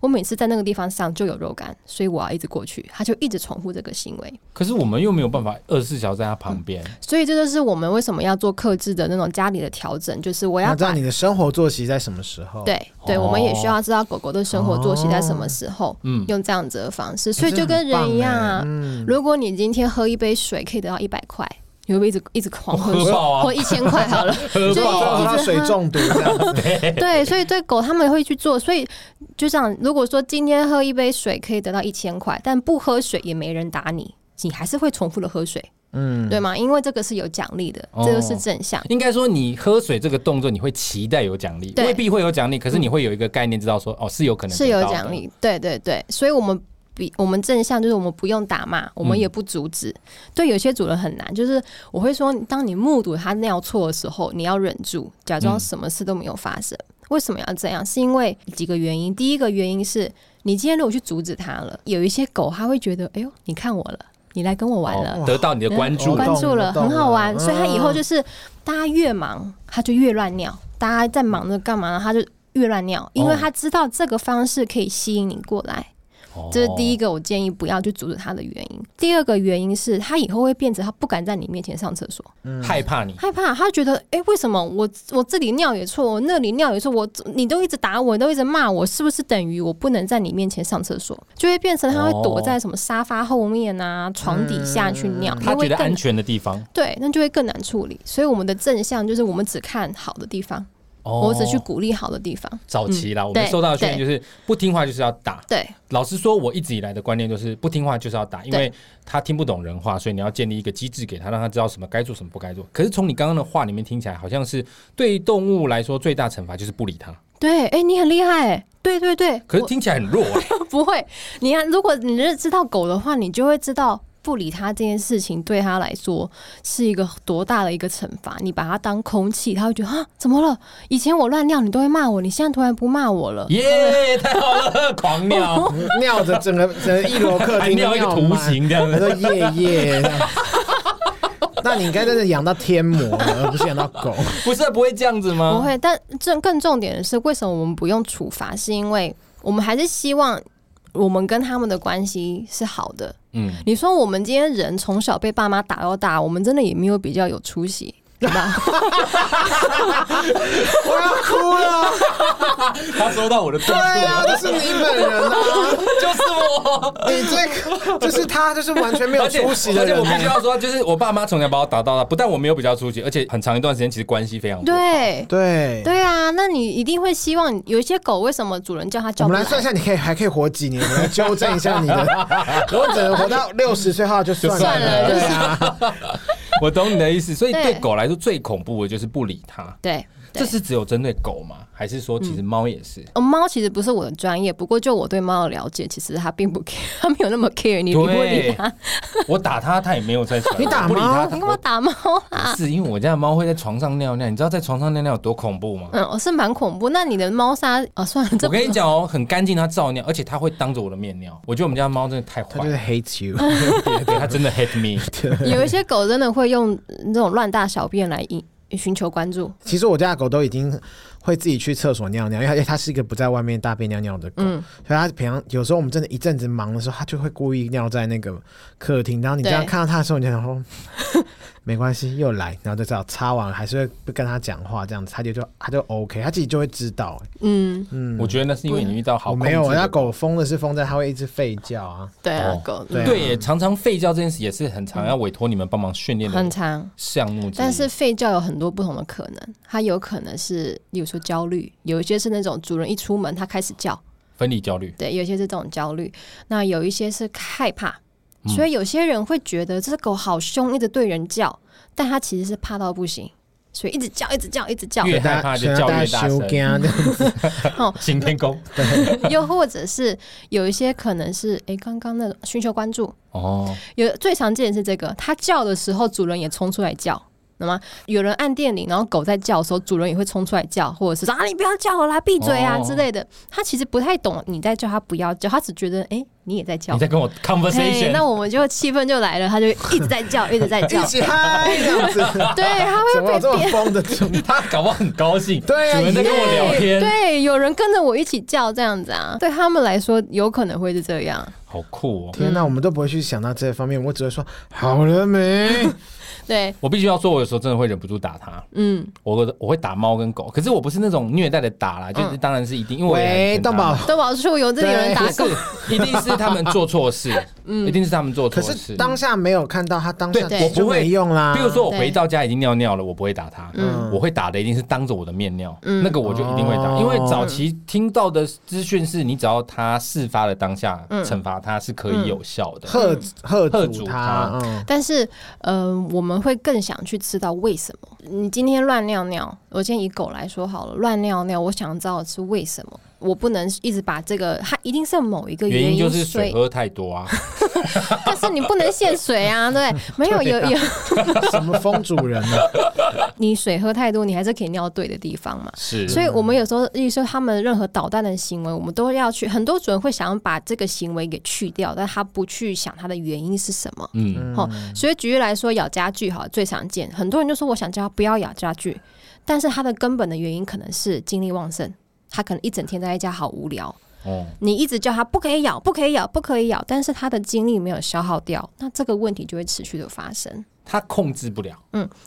Speaker 4: 我每次在那个地方上就有肉干，所以我要一直过去，它就一直重复这个行为。
Speaker 2: 可是我们又没有办法二十四小时在他旁边，
Speaker 4: 所以这就是我们为什么要做克制的那种家里的调整，就是我要
Speaker 3: 那知道
Speaker 4: 把
Speaker 3: 你的生活作息在什么时候？，
Speaker 4: 对对，我们也需要知道狗狗的生活作息在什么时候，
Speaker 2: 嗯，
Speaker 4: 用这样子的方式，所以
Speaker 3: 这
Speaker 4: 就跟
Speaker 3: 很棒
Speaker 4: 人一样
Speaker 3: 欸
Speaker 4: 啊。
Speaker 3: 嗯，
Speaker 4: 如果你今天喝一杯水可以得到一百块，你会不会一直一直狂喝
Speaker 2: 喝
Speaker 4: 水？
Speaker 2: 爆啊
Speaker 4: 或一千块好了，
Speaker 2: (laughs) 喝
Speaker 4: (laughs) 所以
Speaker 2: 爆啊
Speaker 3: 喝到水中毒这样子，
Speaker 4: (laughs) 对，所以对狗他们会去做，所以就这样。如果说今天喝一杯水可以得到一千块，但不喝水也没人打你，你还是会重复的喝水，
Speaker 3: 嗯，
Speaker 4: 对吗？因为这个是有奖励的，
Speaker 2: 哦
Speaker 4: 这就是正向。
Speaker 2: 应该说，你喝水这个动作，你会期待有奖励，
Speaker 4: 对嗯
Speaker 2: 未必会有奖励，可是你会有一个概念，知道说，哦，是有可能
Speaker 4: 是有
Speaker 2: 得到的
Speaker 4: 奖。励，对对对，所以我们比我们正向就是我们不用打骂，我们
Speaker 2: 嗯
Speaker 4: 也不阻止。对有些主人很难，就是我会说，当你目睹他尿错的时候，你要忍住，假装
Speaker 2: 嗯
Speaker 4: 什么事都没有发生。为什么要这样？是因为几个原因。第一个原因是你今天如果去阻止它了，有一些狗它会觉得，哎呦，你看我了，你来跟我玩了。
Speaker 2: 哦得到你的关注
Speaker 3: 我
Speaker 2: 了，
Speaker 4: 关注了，
Speaker 3: 懂了
Speaker 4: 很好玩。
Speaker 3: 嗯
Speaker 4: 所以他以后就是，大家越忙，他就越乱尿；大家在忙着干嘛呢？他就越乱尿，
Speaker 2: 哦
Speaker 4: 因为他知道这个方式可以吸引你过来。
Speaker 2: 哦
Speaker 4: 这是第一
Speaker 2: 个。
Speaker 4: 个，我建议不要去阻止他的原因。第二个原因是他以后会变成他不敢在你面前上厕所，
Speaker 2: 害怕你，
Speaker 4: 害怕，他觉得，哎、为什么我我这里尿也错，我那里尿也错，我你都一直打我，你都一直骂我，是不是等于我不能在你面前上厕所？就会变成他
Speaker 2: 哦
Speaker 4: 会躲在什么沙发后面啊、床底下去尿，
Speaker 2: 他
Speaker 4: 会
Speaker 2: 觉得
Speaker 4: 嗯更
Speaker 2: 安全的地方，
Speaker 4: 对，那就会更难处理。所以我们的正向就是我们只看好的地方，
Speaker 2: 哦
Speaker 4: 我只去鼓励好的地方。
Speaker 2: 早期啦，我们
Speaker 4: 对
Speaker 2: 受到的训练
Speaker 4: 对
Speaker 2: 就是不听话就是要打。
Speaker 4: 对
Speaker 2: 老实说，我一直以来的观念就是不听话就是要打，因为他听不懂人话，所以你要建立一个机制给他，让他知道什么该做，什么不该做。可是从你刚刚的话里面听起来，好像是对动物来说最大惩罚就是不理它，
Speaker 4: 对，哎、你很厉害、诶对对对，
Speaker 2: 可是
Speaker 4: 我
Speaker 2: 听起来很弱、欸。
Speaker 4: (laughs) 不会。你看，如果你认知道狗的话，你就会知道不理它这件事情对它来说是一个多大的一个惩罚。你把它当空气，它会觉得啊，怎么了？以前我乱尿，你都会骂我，你现在突然不骂我了。
Speaker 2: (laughs) 耶、太好了，狂 (laughs) 尿，
Speaker 3: (laughs) 尿着整个整个一楼客
Speaker 2: 还
Speaker 3: 厅
Speaker 2: 尿一个
Speaker 3: 满
Speaker 2: 图形这样
Speaker 3: 他
Speaker 2: 子。
Speaker 3: 说夜夜这样。 (laughs) 那你应该真的养到天魔了，而不是养到狗。
Speaker 2: 不是啊不会这样子吗？
Speaker 4: 不会，
Speaker 3: 嗯
Speaker 4: 但这更重点的是，为什么我们不用处罚？是因为我们还是希望我们跟他们的关系是好的。
Speaker 2: 嗯，
Speaker 4: 你说我们今天人从小被爸妈打到大，我们真的也没有比较有出息，对吧？
Speaker 3: 我要哭了！
Speaker 2: 他收到我的 (laughs) 痛
Speaker 3: 对啊，这是你本人啊！
Speaker 2: 就是我。
Speaker 3: 你这个就是他，就是完全没有
Speaker 2: 而且
Speaker 3: 出息
Speaker 2: 而
Speaker 3: 的
Speaker 2: 且
Speaker 3: 人
Speaker 2: 我必须
Speaker 3: 欸。
Speaker 2: 要说，就是我爸妈从小把我打到大，不但我没有比较出息，而且很长一段时间其实关系非常不好。
Speaker 4: 对。
Speaker 3: 对，
Speaker 4: 对啊，那你一定会希望有一些狗为什么主人叫它
Speaker 3: 我
Speaker 4: 叫不
Speaker 3: 们
Speaker 4: 来
Speaker 3: 来？算一下，你可以还可以活几年？我们来纠正一下你的。如果只能活到六十岁的话，就算
Speaker 2: 就算
Speaker 3: 了。
Speaker 2: 了
Speaker 3: 对啊，
Speaker 2: 我懂你的意思，所以对
Speaker 4: 对
Speaker 2: 狗来说最恐怖的就是不理它。
Speaker 4: 对对
Speaker 2: 这是只有针对嗯狗吗？还是说其实猫也是？
Speaker 4: 哦，猫其实不是我的专业，不过就我对猫的了解，其实它并不 care，它 (laughs) 没有那么 care 你理不理它。
Speaker 2: (laughs) 我打它，它也没有在甩。
Speaker 3: 你打
Speaker 2: 我不理它
Speaker 3: 猫
Speaker 2: 它
Speaker 4: 你干嘛打猫啊？
Speaker 2: (laughs) 不是因为我家的猫会在床上尿尿，你知道在床上尿尿有多恐怖吗？
Speaker 4: 嗯，我是蛮恐怖。那你的猫砂哦，算了，这
Speaker 2: 我跟你讲哦，很干净，它照尿，而且它会当着我的面尿。我觉得我们家的猫真的太
Speaker 3: 他
Speaker 2: 坏
Speaker 3: 就是
Speaker 2: 了，
Speaker 3: hate you，
Speaker 2: 对对，它真的 hate
Speaker 3: (laughs)
Speaker 2: me。 (laughs)
Speaker 4: 有一些狗真的会用那种乱大小便来引寻求关注。
Speaker 3: 其实我家的狗都已经会自己去厕所尿尿，因为它因为它是一个不在外面大便尿尿的狗，
Speaker 4: 嗯
Speaker 3: 所以它平常有时候我们真的一阵子忙的时候，它就会故意尿在那个客厅。然后你这样
Speaker 4: 对
Speaker 3: 看到它的时候，你就想说 (laughs) 没关系，又来，然后就只好擦完了还是会不跟它讲话这样子，它就就它就 OK，它自己就会知道、
Speaker 4: 嗯，
Speaker 2: 我觉得那是因为你遇到好
Speaker 3: 我
Speaker 2: 控制
Speaker 3: 没
Speaker 2: 的
Speaker 3: 有，我家狗疯的是疯在它会一直吠叫啊，
Speaker 4: 对啊
Speaker 2: 哦，
Speaker 4: 狗
Speaker 3: 对啊
Speaker 2: 对耶，常常吠叫这件事也是很常要委托你们帮忙训练
Speaker 4: 嗯很
Speaker 2: 的
Speaker 4: 长。
Speaker 2: 项目之一。
Speaker 4: 但是吠叫有很多不同的可能，它有可能是，例如说焦虑，有一些是那种主人一出门它开始叫，
Speaker 2: 分离焦虑，
Speaker 4: 对，有一些是这种焦虑，那有一些是害怕，
Speaker 2: 嗯
Speaker 4: 所以有些人会觉得这狗好凶，一直对人叫，但它其实是怕到不行，所以一直叫，一直叫，一直叫。
Speaker 2: 越
Speaker 3: 啊
Speaker 2: 害怕就叫越大声
Speaker 3: 所以它大家羞
Speaker 2: 行天宫
Speaker 4: (laughs) (laughs) 又或者是有一些可能是，诶，刚刚那种寻求关注，
Speaker 2: 哦，
Speaker 4: 有最常见的是这个，它叫的时候主人也冲出来叫。那么有人按电铃，然后狗在叫的时候，主人也会冲出来叫，或者是说啊你不要叫我啦，闭嘴啊、
Speaker 2: 哦
Speaker 4: 之类的。它其实不太懂你在叫它不要叫，它只觉得诶，你也在叫
Speaker 2: 你在跟我
Speaker 4: 对，那 (laughs)
Speaker 2: conversation，
Speaker 4: 我们就气氛就来了，他就一直在
Speaker 3: (laughs)
Speaker 4: 叫，一直在
Speaker 3: 干，
Speaker 4: 叫
Speaker 3: 一，起嗨这样子，
Speaker 4: 对，他
Speaker 3: 怎么有
Speaker 4: (laughs) 会
Speaker 3: 这
Speaker 4: 被
Speaker 3: 么
Speaker 4: 变。
Speaker 3: 疯的主
Speaker 2: (laughs)
Speaker 3: 人？
Speaker 2: 他搞不好很高兴，
Speaker 3: 对啊
Speaker 2: 主人在跟我聊天，
Speaker 4: 对，有人跟着我一起叫这样子啊，对他们来说有可能会是这样。
Speaker 2: 好酷哦。
Speaker 3: 天哪，我们都不会去想到这方面，我只会说好了没。
Speaker 4: 对，
Speaker 2: 我必须要说，我有时候真的会忍不住打它。
Speaker 4: 嗯，
Speaker 2: 我我会打猫跟狗，可是我不是那种虐待的打啦，
Speaker 4: 嗯
Speaker 2: 就是当然是一定，因为我也很
Speaker 3: 喂，
Speaker 2: 疼它
Speaker 3: 动保
Speaker 2: 嘛，。
Speaker 4: 动保处有这里有人打
Speaker 2: 不是
Speaker 4: 狗，，
Speaker 2: 一定是他们做错事，一定是他们做
Speaker 3: 可
Speaker 2: 错
Speaker 3: 是
Speaker 2: 事。
Speaker 3: 当下没有看到他当
Speaker 2: 对
Speaker 3: 下，
Speaker 2: 我不
Speaker 3: 就
Speaker 2: 会
Speaker 3: 没用啦。
Speaker 2: 比如说我回
Speaker 4: 对
Speaker 2: 到家已经尿尿了，我不会打他，我会打的一定是当着我的面尿，那个我就一定会打，
Speaker 3: 哦
Speaker 2: 因为早期听到的资讯是你只要他事发的当下惩罚他是可以有效的，
Speaker 3: 喝喝
Speaker 2: 喝
Speaker 3: 阻
Speaker 2: 阻
Speaker 3: 他
Speaker 2: 嗯他，
Speaker 3: 嗯，
Speaker 4: 但是呃，我们会更想去知道为什么你今天乱尿尿。我先以狗来说好了，乱尿尿，我想知道是为什么。我不能一直把这个，它一定是有某一个
Speaker 2: 原因
Speaker 4: 因，
Speaker 2: 就是
Speaker 4: 所以 (laughs)
Speaker 2: 水喝太多啊，
Speaker 4: 但是你不能限水啊，对，没
Speaker 2: (laughs)
Speaker 4: 有有有，
Speaker 3: 什么疯主人啊呢？
Speaker 4: 你水喝太多，你还是可以尿对的地方嘛。
Speaker 2: 是
Speaker 4: 所以，我们有时候，例如说他们任何捣蛋的行为，我们都要去。很多主人会想要把这个行为给去掉，但他不去想它的原因是什么。
Speaker 2: 嗯，
Speaker 4: 哦，所以举例来说，咬家具哈最常见，很多人就说我想叫他不要咬家具，但是他的根本的原因可能是精力旺盛，他可能一整天待在家好无聊。
Speaker 2: 哦，
Speaker 4: 你一直叫他不可以咬，不可以咬，不可以咬，但是他的精力没有消耗掉，那这个问题就会持续的发生。
Speaker 2: 他控制不了，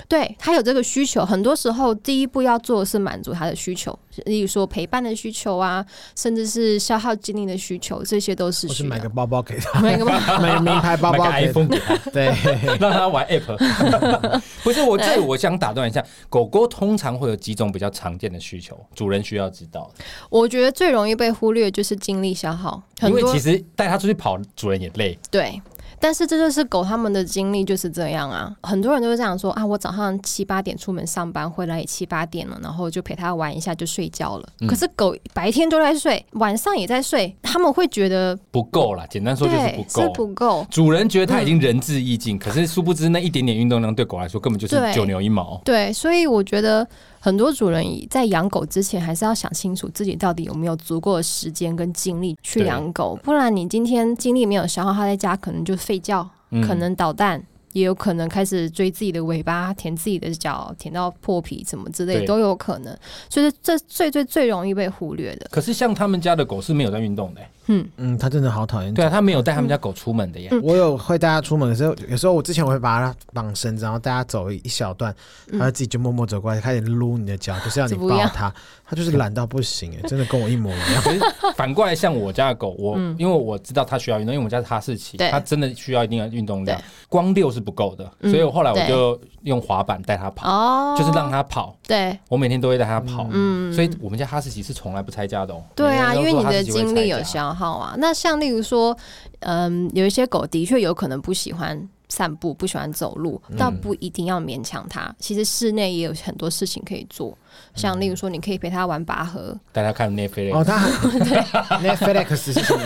Speaker 4: 对他有这个需求，很多时候第一步要做的是满足他的需求，例如说陪伴的需求啊，甚至是消耗精力的需求，这些都是
Speaker 3: 我是
Speaker 4: 需要
Speaker 3: 买个包包给他，
Speaker 4: 买个
Speaker 3: (laughs)
Speaker 4: 吧
Speaker 3: 买个名牌包
Speaker 2: 买个
Speaker 3: 包给
Speaker 2: iPhone 给他。
Speaker 3: 他。对，
Speaker 2: 让他玩 app，不 (laughs) 是我这里我想打断一下，狗狗通常会有几种比较常见的需求，主人需要知道的，
Speaker 4: 我觉得最容易被忽略就是精力消耗，很
Speaker 2: 因为
Speaker 4: 多
Speaker 2: 其实带它出去跑，主人也累，
Speaker 4: 对。但是这就是狗他们的经历就是这样啊，很多人都是这样说啊，我早上七八点出门上班，回来也七八点了，然后就陪它玩一下就睡觉了。
Speaker 2: 嗯
Speaker 4: 可是狗白天都在睡，晚上也在睡，他们会觉得
Speaker 2: 不够啦，简单说就是
Speaker 4: 对
Speaker 2: 不
Speaker 4: 是
Speaker 2: 够。
Speaker 4: 不够，
Speaker 2: 主人觉得他已经仁至义尽，可是殊不知那一点点运动量对狗来说根本就是
Speaker 4: 对
Speaker 2: 九牛一毛。
Speaker 4: 对，所以我觉得很多主人在养狗之前，还是要想清楚自己到底有没有足够的时间跟精力去
Speaker 2: 对
Speaker 4: 养狗，不然你今天精力没有消耗，它在家可能就吠叫，
Speaker 2: 嗯
Speaker 4: 可能捣蛋。也有可能开始追自己的尾巴，舔自己的脚，舔到破皮，什么之类
Speaker 2: 对
Speaker 4: 都有可能。所以这最最最容易被忽略的。
Speaker 2: 可是像他们家的狗是没有在运动的、欸，
Speaker 3: 嗯，他真的好讨厌。
Speaker 2: 对啊，他没有带他们家狗出门的
Speaker 4: (laughs)
Speaker 2: 耶。
Speaker 3: 我有会带他出门的时候，有时候我之前我会把他绑绳子，然后带他走一小段，他自己就默默走过来，开始撸你的脚，就是要你
Speaker 4: 这不
Speaker 3: 抱
Speaker 4: 要
Speaker 3: 他，他就是懒到不行，哎，真的跟我一模
Speaker 2: (laughs)
Speaker 3: 一样。
Speaker 2: 可是反过来，像我家的狗，我、因为我知道它需要运动，因为我们家是哈士奇，
Speaker 4: 嗯对
Speaker 2: 它真的需要一定的运动量
Speaker 4: 对，嗯
Speaker 2: 光溜是不够的，所以我后来我就用滑板带它跑，
Speaker 4: 哦
Speaker 2: 就是让它跑。
Speaker 4: 对
Speaker 2: 我每天都会带它跑，所以我们家哈士奇是从来不拆家的哦。
Speaker 4: 对啊，
Speaker 2: 每
Speaker 4: 因
Speaker 2: 个
Speaker 4: 为
Speaker 2: 人都说
Speaker 4: 你
Speaker 2: 哈
Speaker 4: 的
Speaker 2: 士奇会
Speaker 4: 精力有
Speaker 2: 拆家
Speaker 4: 消耗啊。那像例如说，嗯，有一些狗的确有可能不喜欢散步，不喜欢走路，
Speaker 2: 嗯
Speaker 4: 倒不一定要勉强他。其实室内也有很多事情可以做，
Speaker 2: 嗯
Speaker 4: 像例如说，你可以陪他玩拔河，
Speaker 2: 带他看 Netflix，Netflix，、
Speaker 3: 哦，他 Netflix 是什么？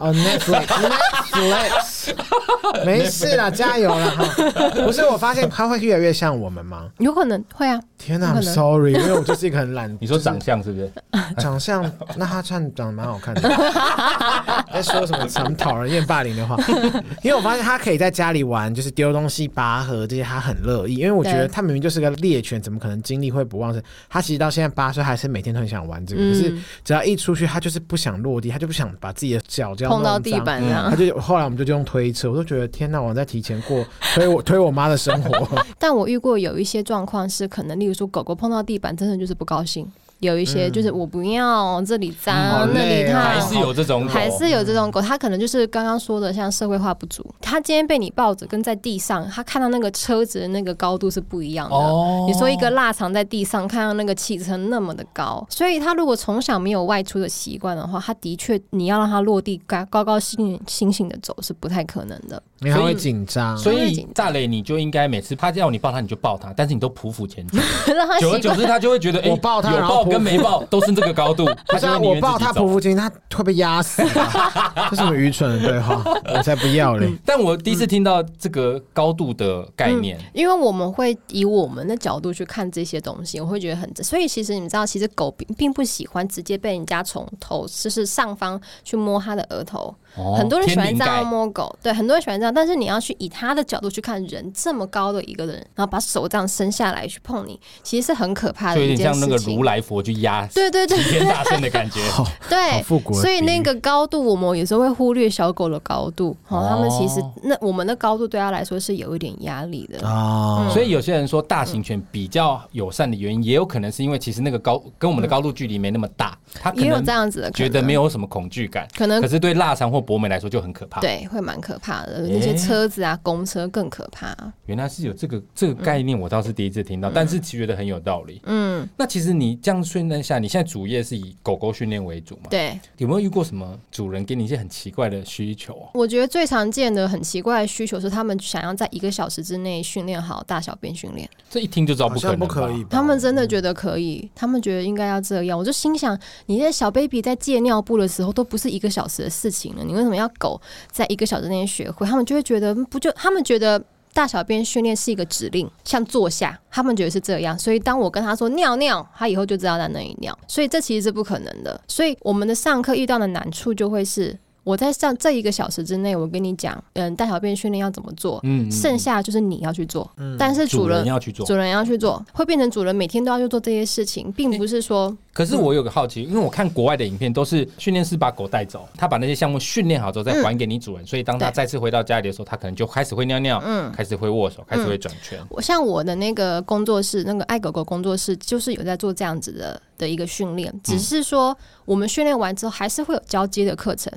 Speaker 3: 哦，Netflix，Netflix，没
Speaker 4: (laughs)
Speaker 3: 事啦，加油啦！哈，不是，我发现他会越来越像我们吗？
Speaker 4: 有可能会啊，
Speaker 3: 天哪
Speaker 4: 有
Speaker 3: ，I'm
Speaker 4: 可能
Speaker 3: sorry，因为我就是一个很
Speaker 4: (laughs)
Speaker 3: 懒。
Speaker 2: 你说
Speaker 3: 就是
Speaker 2: 长相是不是？
Speaker 3: 长相，那他穿长得蛮好看
Speaker 4: (laughs)
Speaker 3: 的。在说什么很讨人厌霸凌
Speaker 4: (laughs)
Speaker 3: 的话？因为我发现他可以在家里玩，就是丢东西、拔河这些，他很乐意。因为我觉得
Speaker 4: 对
Speaker 3: 他明明就是个猎犬，怎么可能精力会不旺盛？他其实到现在八岁，还是每天都很想玩这个。
Speaker 4: 嗯
Speaker 3: 可是只要一出去，他就是不想落地，他就不想把自己的脚这样
Speaker 4: 碰到
Speaker 3: 弄
Speaker 4: 地
Speaker 3: 脏
Speaker 4: 板这啊样
Speaker 2: 嗯
Speaker 3: 他就后来我们就用推车，我都觉得天哪，我在提前过推我推我妈的生
Speaker 2: (laughs)
Speaker 3: 活。
Speaker 4: (laughs) 但我遇过有一些状况是，可能例如说狗狗碰到地板，真的就是不高兴。有一
Speaker 2: 嗯
Speaker 4: 些就是我不要，这里脏，
Speaker 3: 好
Speaker 4: 那里
Speaker 3: 累哦
Speaker 4: 烫，
Speaker 2: 啊还是有这种狗，
Speaker 4: 还是有这种狗，它可能就是刚刚说的，像社会化不足。它今天被你抱着，跟在地上，它看到那个车子的那个高度是不一样的。
Speaker 2: 哦
Speaker 4: 你说一个腊肠在地上，看到那个汽车那么的高，所以它如果从小没有外出的习惯的话，它的确你要让它落地高高高兴兴兴的走是不太可能的。 (laughs)
Speaker 3: 你还会紧张，
Speaker 2: 所
Speaker 4: 他会
Speaker 2: 以
Speaker 4: 紧张
Speaker 2: 大磊，你就应该每次他叫你抱他，你就抱他，但是你都匍匐前
Speaker 3: (laughs)
Speaker 2: 进，
Speaker 4: 让它
Speaker 2: 久而
Speaker 4: 习
Speaker 2: 久
Speaker 4: 惯
Speaker 2: 之，他就会觉得，哎、
Speaker 3: 我抱他
Speaker 2: 有
Speaker 3: 然后
Speaker 2: 抱
Speaker 3: 匍
Speaker 2: 跟
Speaker 3: 匐
Speaker 2: 没抱都是这个高度，
Speaker 3: (laughs) 不
Speaker 2: 他
Speaker 3: 是
Speaker 2: 就
Speaker 3: 啊，
Speaker 2: 会宁
Speaker 3: 我
Speaker 2: 愿
Speaker 3: 抱
Speaker 2: 自
Speaker 3: 他
Speaker 2: 己
Speaker 3: 匍
Speaker 2: 走。
Speaker 3: 匐前进，他会被压死
Speaker 2: (laughs)
Speaker 3: (laughs) 吧？这什么愚蠢的对话？我才不要嘞！
Speaker 2: 但我第一次听到这个高度的概念，
Speaker 3: 嗯
Speaker 4: 因为我们会以我们的角度去看这些东西，我会觉得很，所以其实你知道，其实狗并并不喜欢直接被人家从头就是上方去摸它的额头，
Speaker 2: 哦
Speaker 4: 很多人喜欢
Speaker 2: 天灵
Speaker 4: 这样
Speaker 2: 盖
Speaker 4: 摸狗，对，很多人喜欢这样，但是你要去以他的角度去看人这么高的一个人，然后把手这样伸下来去碰你，其实是很可
Speaker 3: 嗯
Speaker 4: 怕的
Speaker 2: 就有
Speaker 4: 一
Speaker 2: 点
Speaker 4: 件
Speaker 2: 像那个
Speaker 4: 事
Speaker 2: 如
Speaker 4: 情。
Speaker 2: 来佛去压
Speaker 4: 对
Speaker 2: (laughs)
Speaker 4: 对对
Speaker 2: 齐天大圣的感觉。
Speaker 3: (laughs) 好
Speaker 4: 对
Speaker 3: 复古的
Speaker 4: 所以
Speaker 3: 比喻
Speaker 4: 那个高度，我们有时候会忽略小狗的高度。哦，它们其实
Speaker 2: 哦啊
Speaker 4: 那我们的高度对它来说是有一点压力的。
Speaker 3: 哦，
Speaker 2: 所以有些人说大型犬比较友善的原因，也有可能是因为其实那个高跟我们的高度距离没那么大，它可
Speaker 4: 也有
Speaker 2: 能
Speaker 4: 这样子的可能，
Speaker 2: 觉得没有什么恐惧感。
Speaker 4: 可能
Speaker 2: 可是对腊肠或博美来说就很可怕。，
Speaker 4: 对，会蛮可怕的。那些车子啊，公车更可怕。
Speaker 2: 原来是有这个这个概念，我倒是第一次听
Speaker 4: 嗯
Speaker 2: 到，但是其实觉得很有道理。嗯，那其实你这样训练下，你现在主业是以狗狗训练为主嘛？
Speaker 4: 对，
Speaker 2: 有没有遇过什么主人给你一些很奇怪的需求啊？
Speaker 4: 我觉得最常见的很奇怪的需求是，他们想要在一个小时之内训练好大小便训练。
Speaker 2: 这一听就知道
Speaker 3: 好
Speaker 2: 不可
Speaker 3: 像
Speaker 2: 能吧，
Speaker 3: 不可以吧，
Speaker 4: 他们真的觉得可以，他们觉得应该要这样。我就心想，你这小 baby 在戒尿布的时候都不是一个小时的事情了，你为什么要狗在一个小时内学会？他们就会觉得嗯不就他们觉得。大小便训练是一个指令，像坐下，他们觉得是这样，所以当我跟他说尿尿，他以后就知道在那里尿，所以这其实是不可能的。所以我们的上课遇到的难处就会是，我在上这一个小时之内，我跟你讲，嗯，大小便训练要怎么做，
Speaker 2: 嗯，嗯
Speaker 4: 剩下就是你要去做，但是
Speaker 2: 主
Speaker 4: 主人
Speaker 2: 人要去做
Speaker 4: 主。人要去做，会变成主人每天都要去做这些事情，并不是说
Speaker 2: 可是我有个好奇，因为我看国外的影片，都是训练师把狗带走，他把那些项目训练好之后再还给你主人，所以当他
Speaker 4: 嗯对嗯
Speaker 2: 再次回到家里的时候，他可能就开始会尿尿，开始会握手，开始会转圈。
Speaker 4: 我像我的那个工作室，那个爱狗狗工作室，就是有在做这样子的的一个训练，只是说我们训练完之后还是会有交接的课程。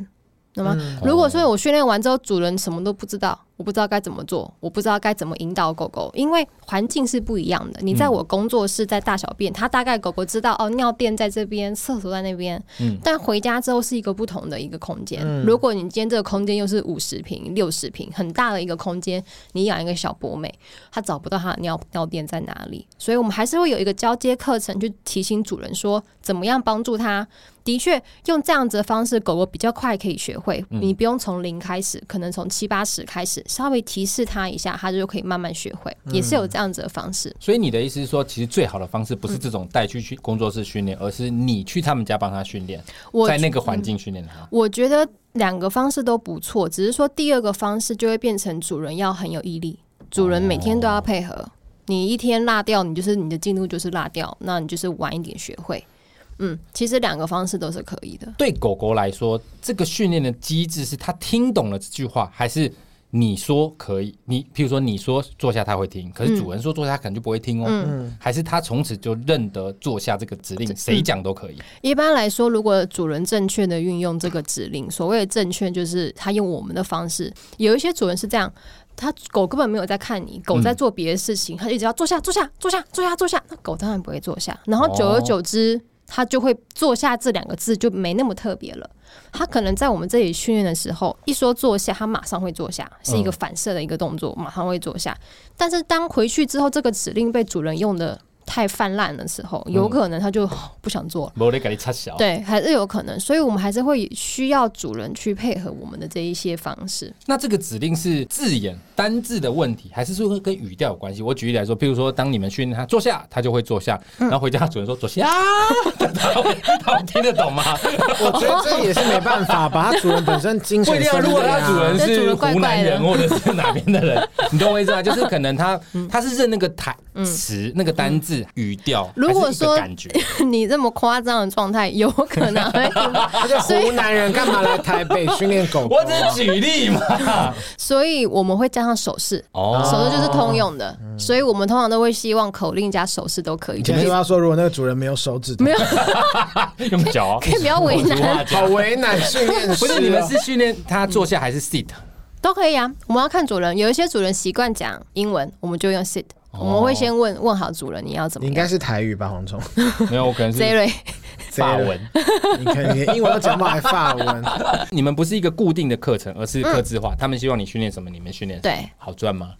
Speaker 4: 那么，如果说我训练完之后，主人什么都不知道，我不知道该怎么做，我不知道该怎么引导狗狗，因为环境是不一样的。你在我工作室在大小便，它大概狗狗知道哦，尿垫在这边，厕所在那边，但回家之后是一个不同的一个空间。如果你今天这个空间又是五十平、六十平，很大的一个空间，你养一个小博美，它找不到它的尿尿垫在哪里，所以我们还是会有一个交接课程去提醒主人说怎么样帮助它。的确，用这样子的方式，狗狗比较快可以学会。你不用从零开始，可能从七八十开始，稍微提示它一下，它就可以慢慢学会。也是有这样子的方式。
Speaker 2: 所以你的意思是说，其实最好的方式不是这种带去去工作室训练，而是你去他们家帮他训练，
Speaker 4: 我
Speaker 2: 在那个环境训练他。
Speaker 4: 我觉得两个方式都不错，只是说第二个方式就会变成主人要很有毅力，主人每天都要配合。你一天落掉，你就是你的进度就是落掉，那你就是晚一点学会。嗯，其实两个方式都是可以的。
Speaker 2: 对狗狗来说，这个训练的机制是它听懂了这句话，还是你说可以？你譬如说你说坐下，它会听，可是主人说坐下，它可能就不会听哦。还是它从此就认得坐下这个指令，谁讲都可以。
Speaker 4: 一般来说，如果主人正确的运用这个指令，所谓的正确就是他用我们的方式。有一些主人是这样，他狗根本没有在看你，狗在做别的事情，他一直要坐下、坐下、坐下、坐下、坐下，那狗当然不会坐下。然后
Speaker 2: 哦
Speaker 4: 久而久之，他就会坐下这两个字就没那么特别了。他可能在我们这里训练的时候，一说坐下，他马上会坐下，是一个反射的一个动作，马上会坐下。但是当回去之后，这个指令被主人用的太泛滥的时候，有可能他就、 (gasps) 哦不想做了。
Speaker 2: 没得给你插小。
Speaker 4: 对，还是有可能，所以我们还是会需要主人去配合我们的这一些方式。
Speaker 2: 那这个指令是字眼单字的问题，还是说跟语调有关系？我举例来说，譬如说，当你们训练它坐
Speaker 4: 嗯
Speaker 2: 下，它就会坐下，然后回家主人说坐
Speaker 4: (laughs)
Speaker 2: 下，它会它会听得懂吗？
Speaker 3: 我觉得这也是没办法吧，它主人本身精
Speaker 2: 不一
Speaker 3: 神
Speaker 2: 定啊，
Speaker 3: 分
Speaker 2: 如果
Speaker 3: 裂
Speaker 2: 他主
Speaker 3: 啊
Speaker 2: 人。
Speaker 4: 对主
Speaker 2: 是
Speaker 4: 人怪
Speaker 2: 湖南
Speaker 4: 怪的
Speaker 2: 人或者是哪边的人，你懂我意思
Speaker 4: (laughs)
Speaker 2: 啊？就是可能他他是认那个台词、那个单字、语调，
Speaker 4: 嗯如果
Speaker 2: 还是一个
Speaker 4: 说
Speaker 2: 感觉，
Speaker 4: (laughs) 你这么夸张的状态，有可能啊会听不
Speaker 3: 而且湖南人干嘛来台
Speaker 2: (laughs)
Speaker 3: 北训练狗狗
Speaker 2: 我？只是举例嘛。
Speaker 4: 所以我们会加上手势，
Speaker 2: 哦
Speaker 4: 手势就是通用的，所以我们通常都会希望口令加手势都可以
Speaker 3: 以。前是不是要说，如果那个主人没有手指头，没有，
Speaker 4: (laughs)
Speaker 2: 用脚，
Speaker 4: 可以不要为难
Speaker 2: 我俗话讲
Speaker 3: 好为难训练
Speaker 2: 不
Speaker 3: 师哦。
Speaker 2: 是你们是训练他坐下还是
Speaker 4: (laughs)
Speaker 2: sit？
Speaker 4: 都可以啊。我们要看主人，有一些主人习惯讲英文，我们就用 sit，、我们会先问问好主人你要怎
Speaker 3: 你
Speaker 4: 么
Speaker 3: 应
Speaker 4: 样。
Speaker 3: 该是台语吧，黄虫？
Speaker 2: 没有，我可能
Speaker 4: z e
Speaker 2: 是
Speaker 4: r y
Speaker 2: 法文。
Speaker 3: 你看，你英文都讲不好，还法文。
Speaker 2: 你们不是一个固定的课程，而是客制化。他们希望你训练什么，你们训练什么
Speaker 4: 嗯对，
Speaker 2: 好赚吗？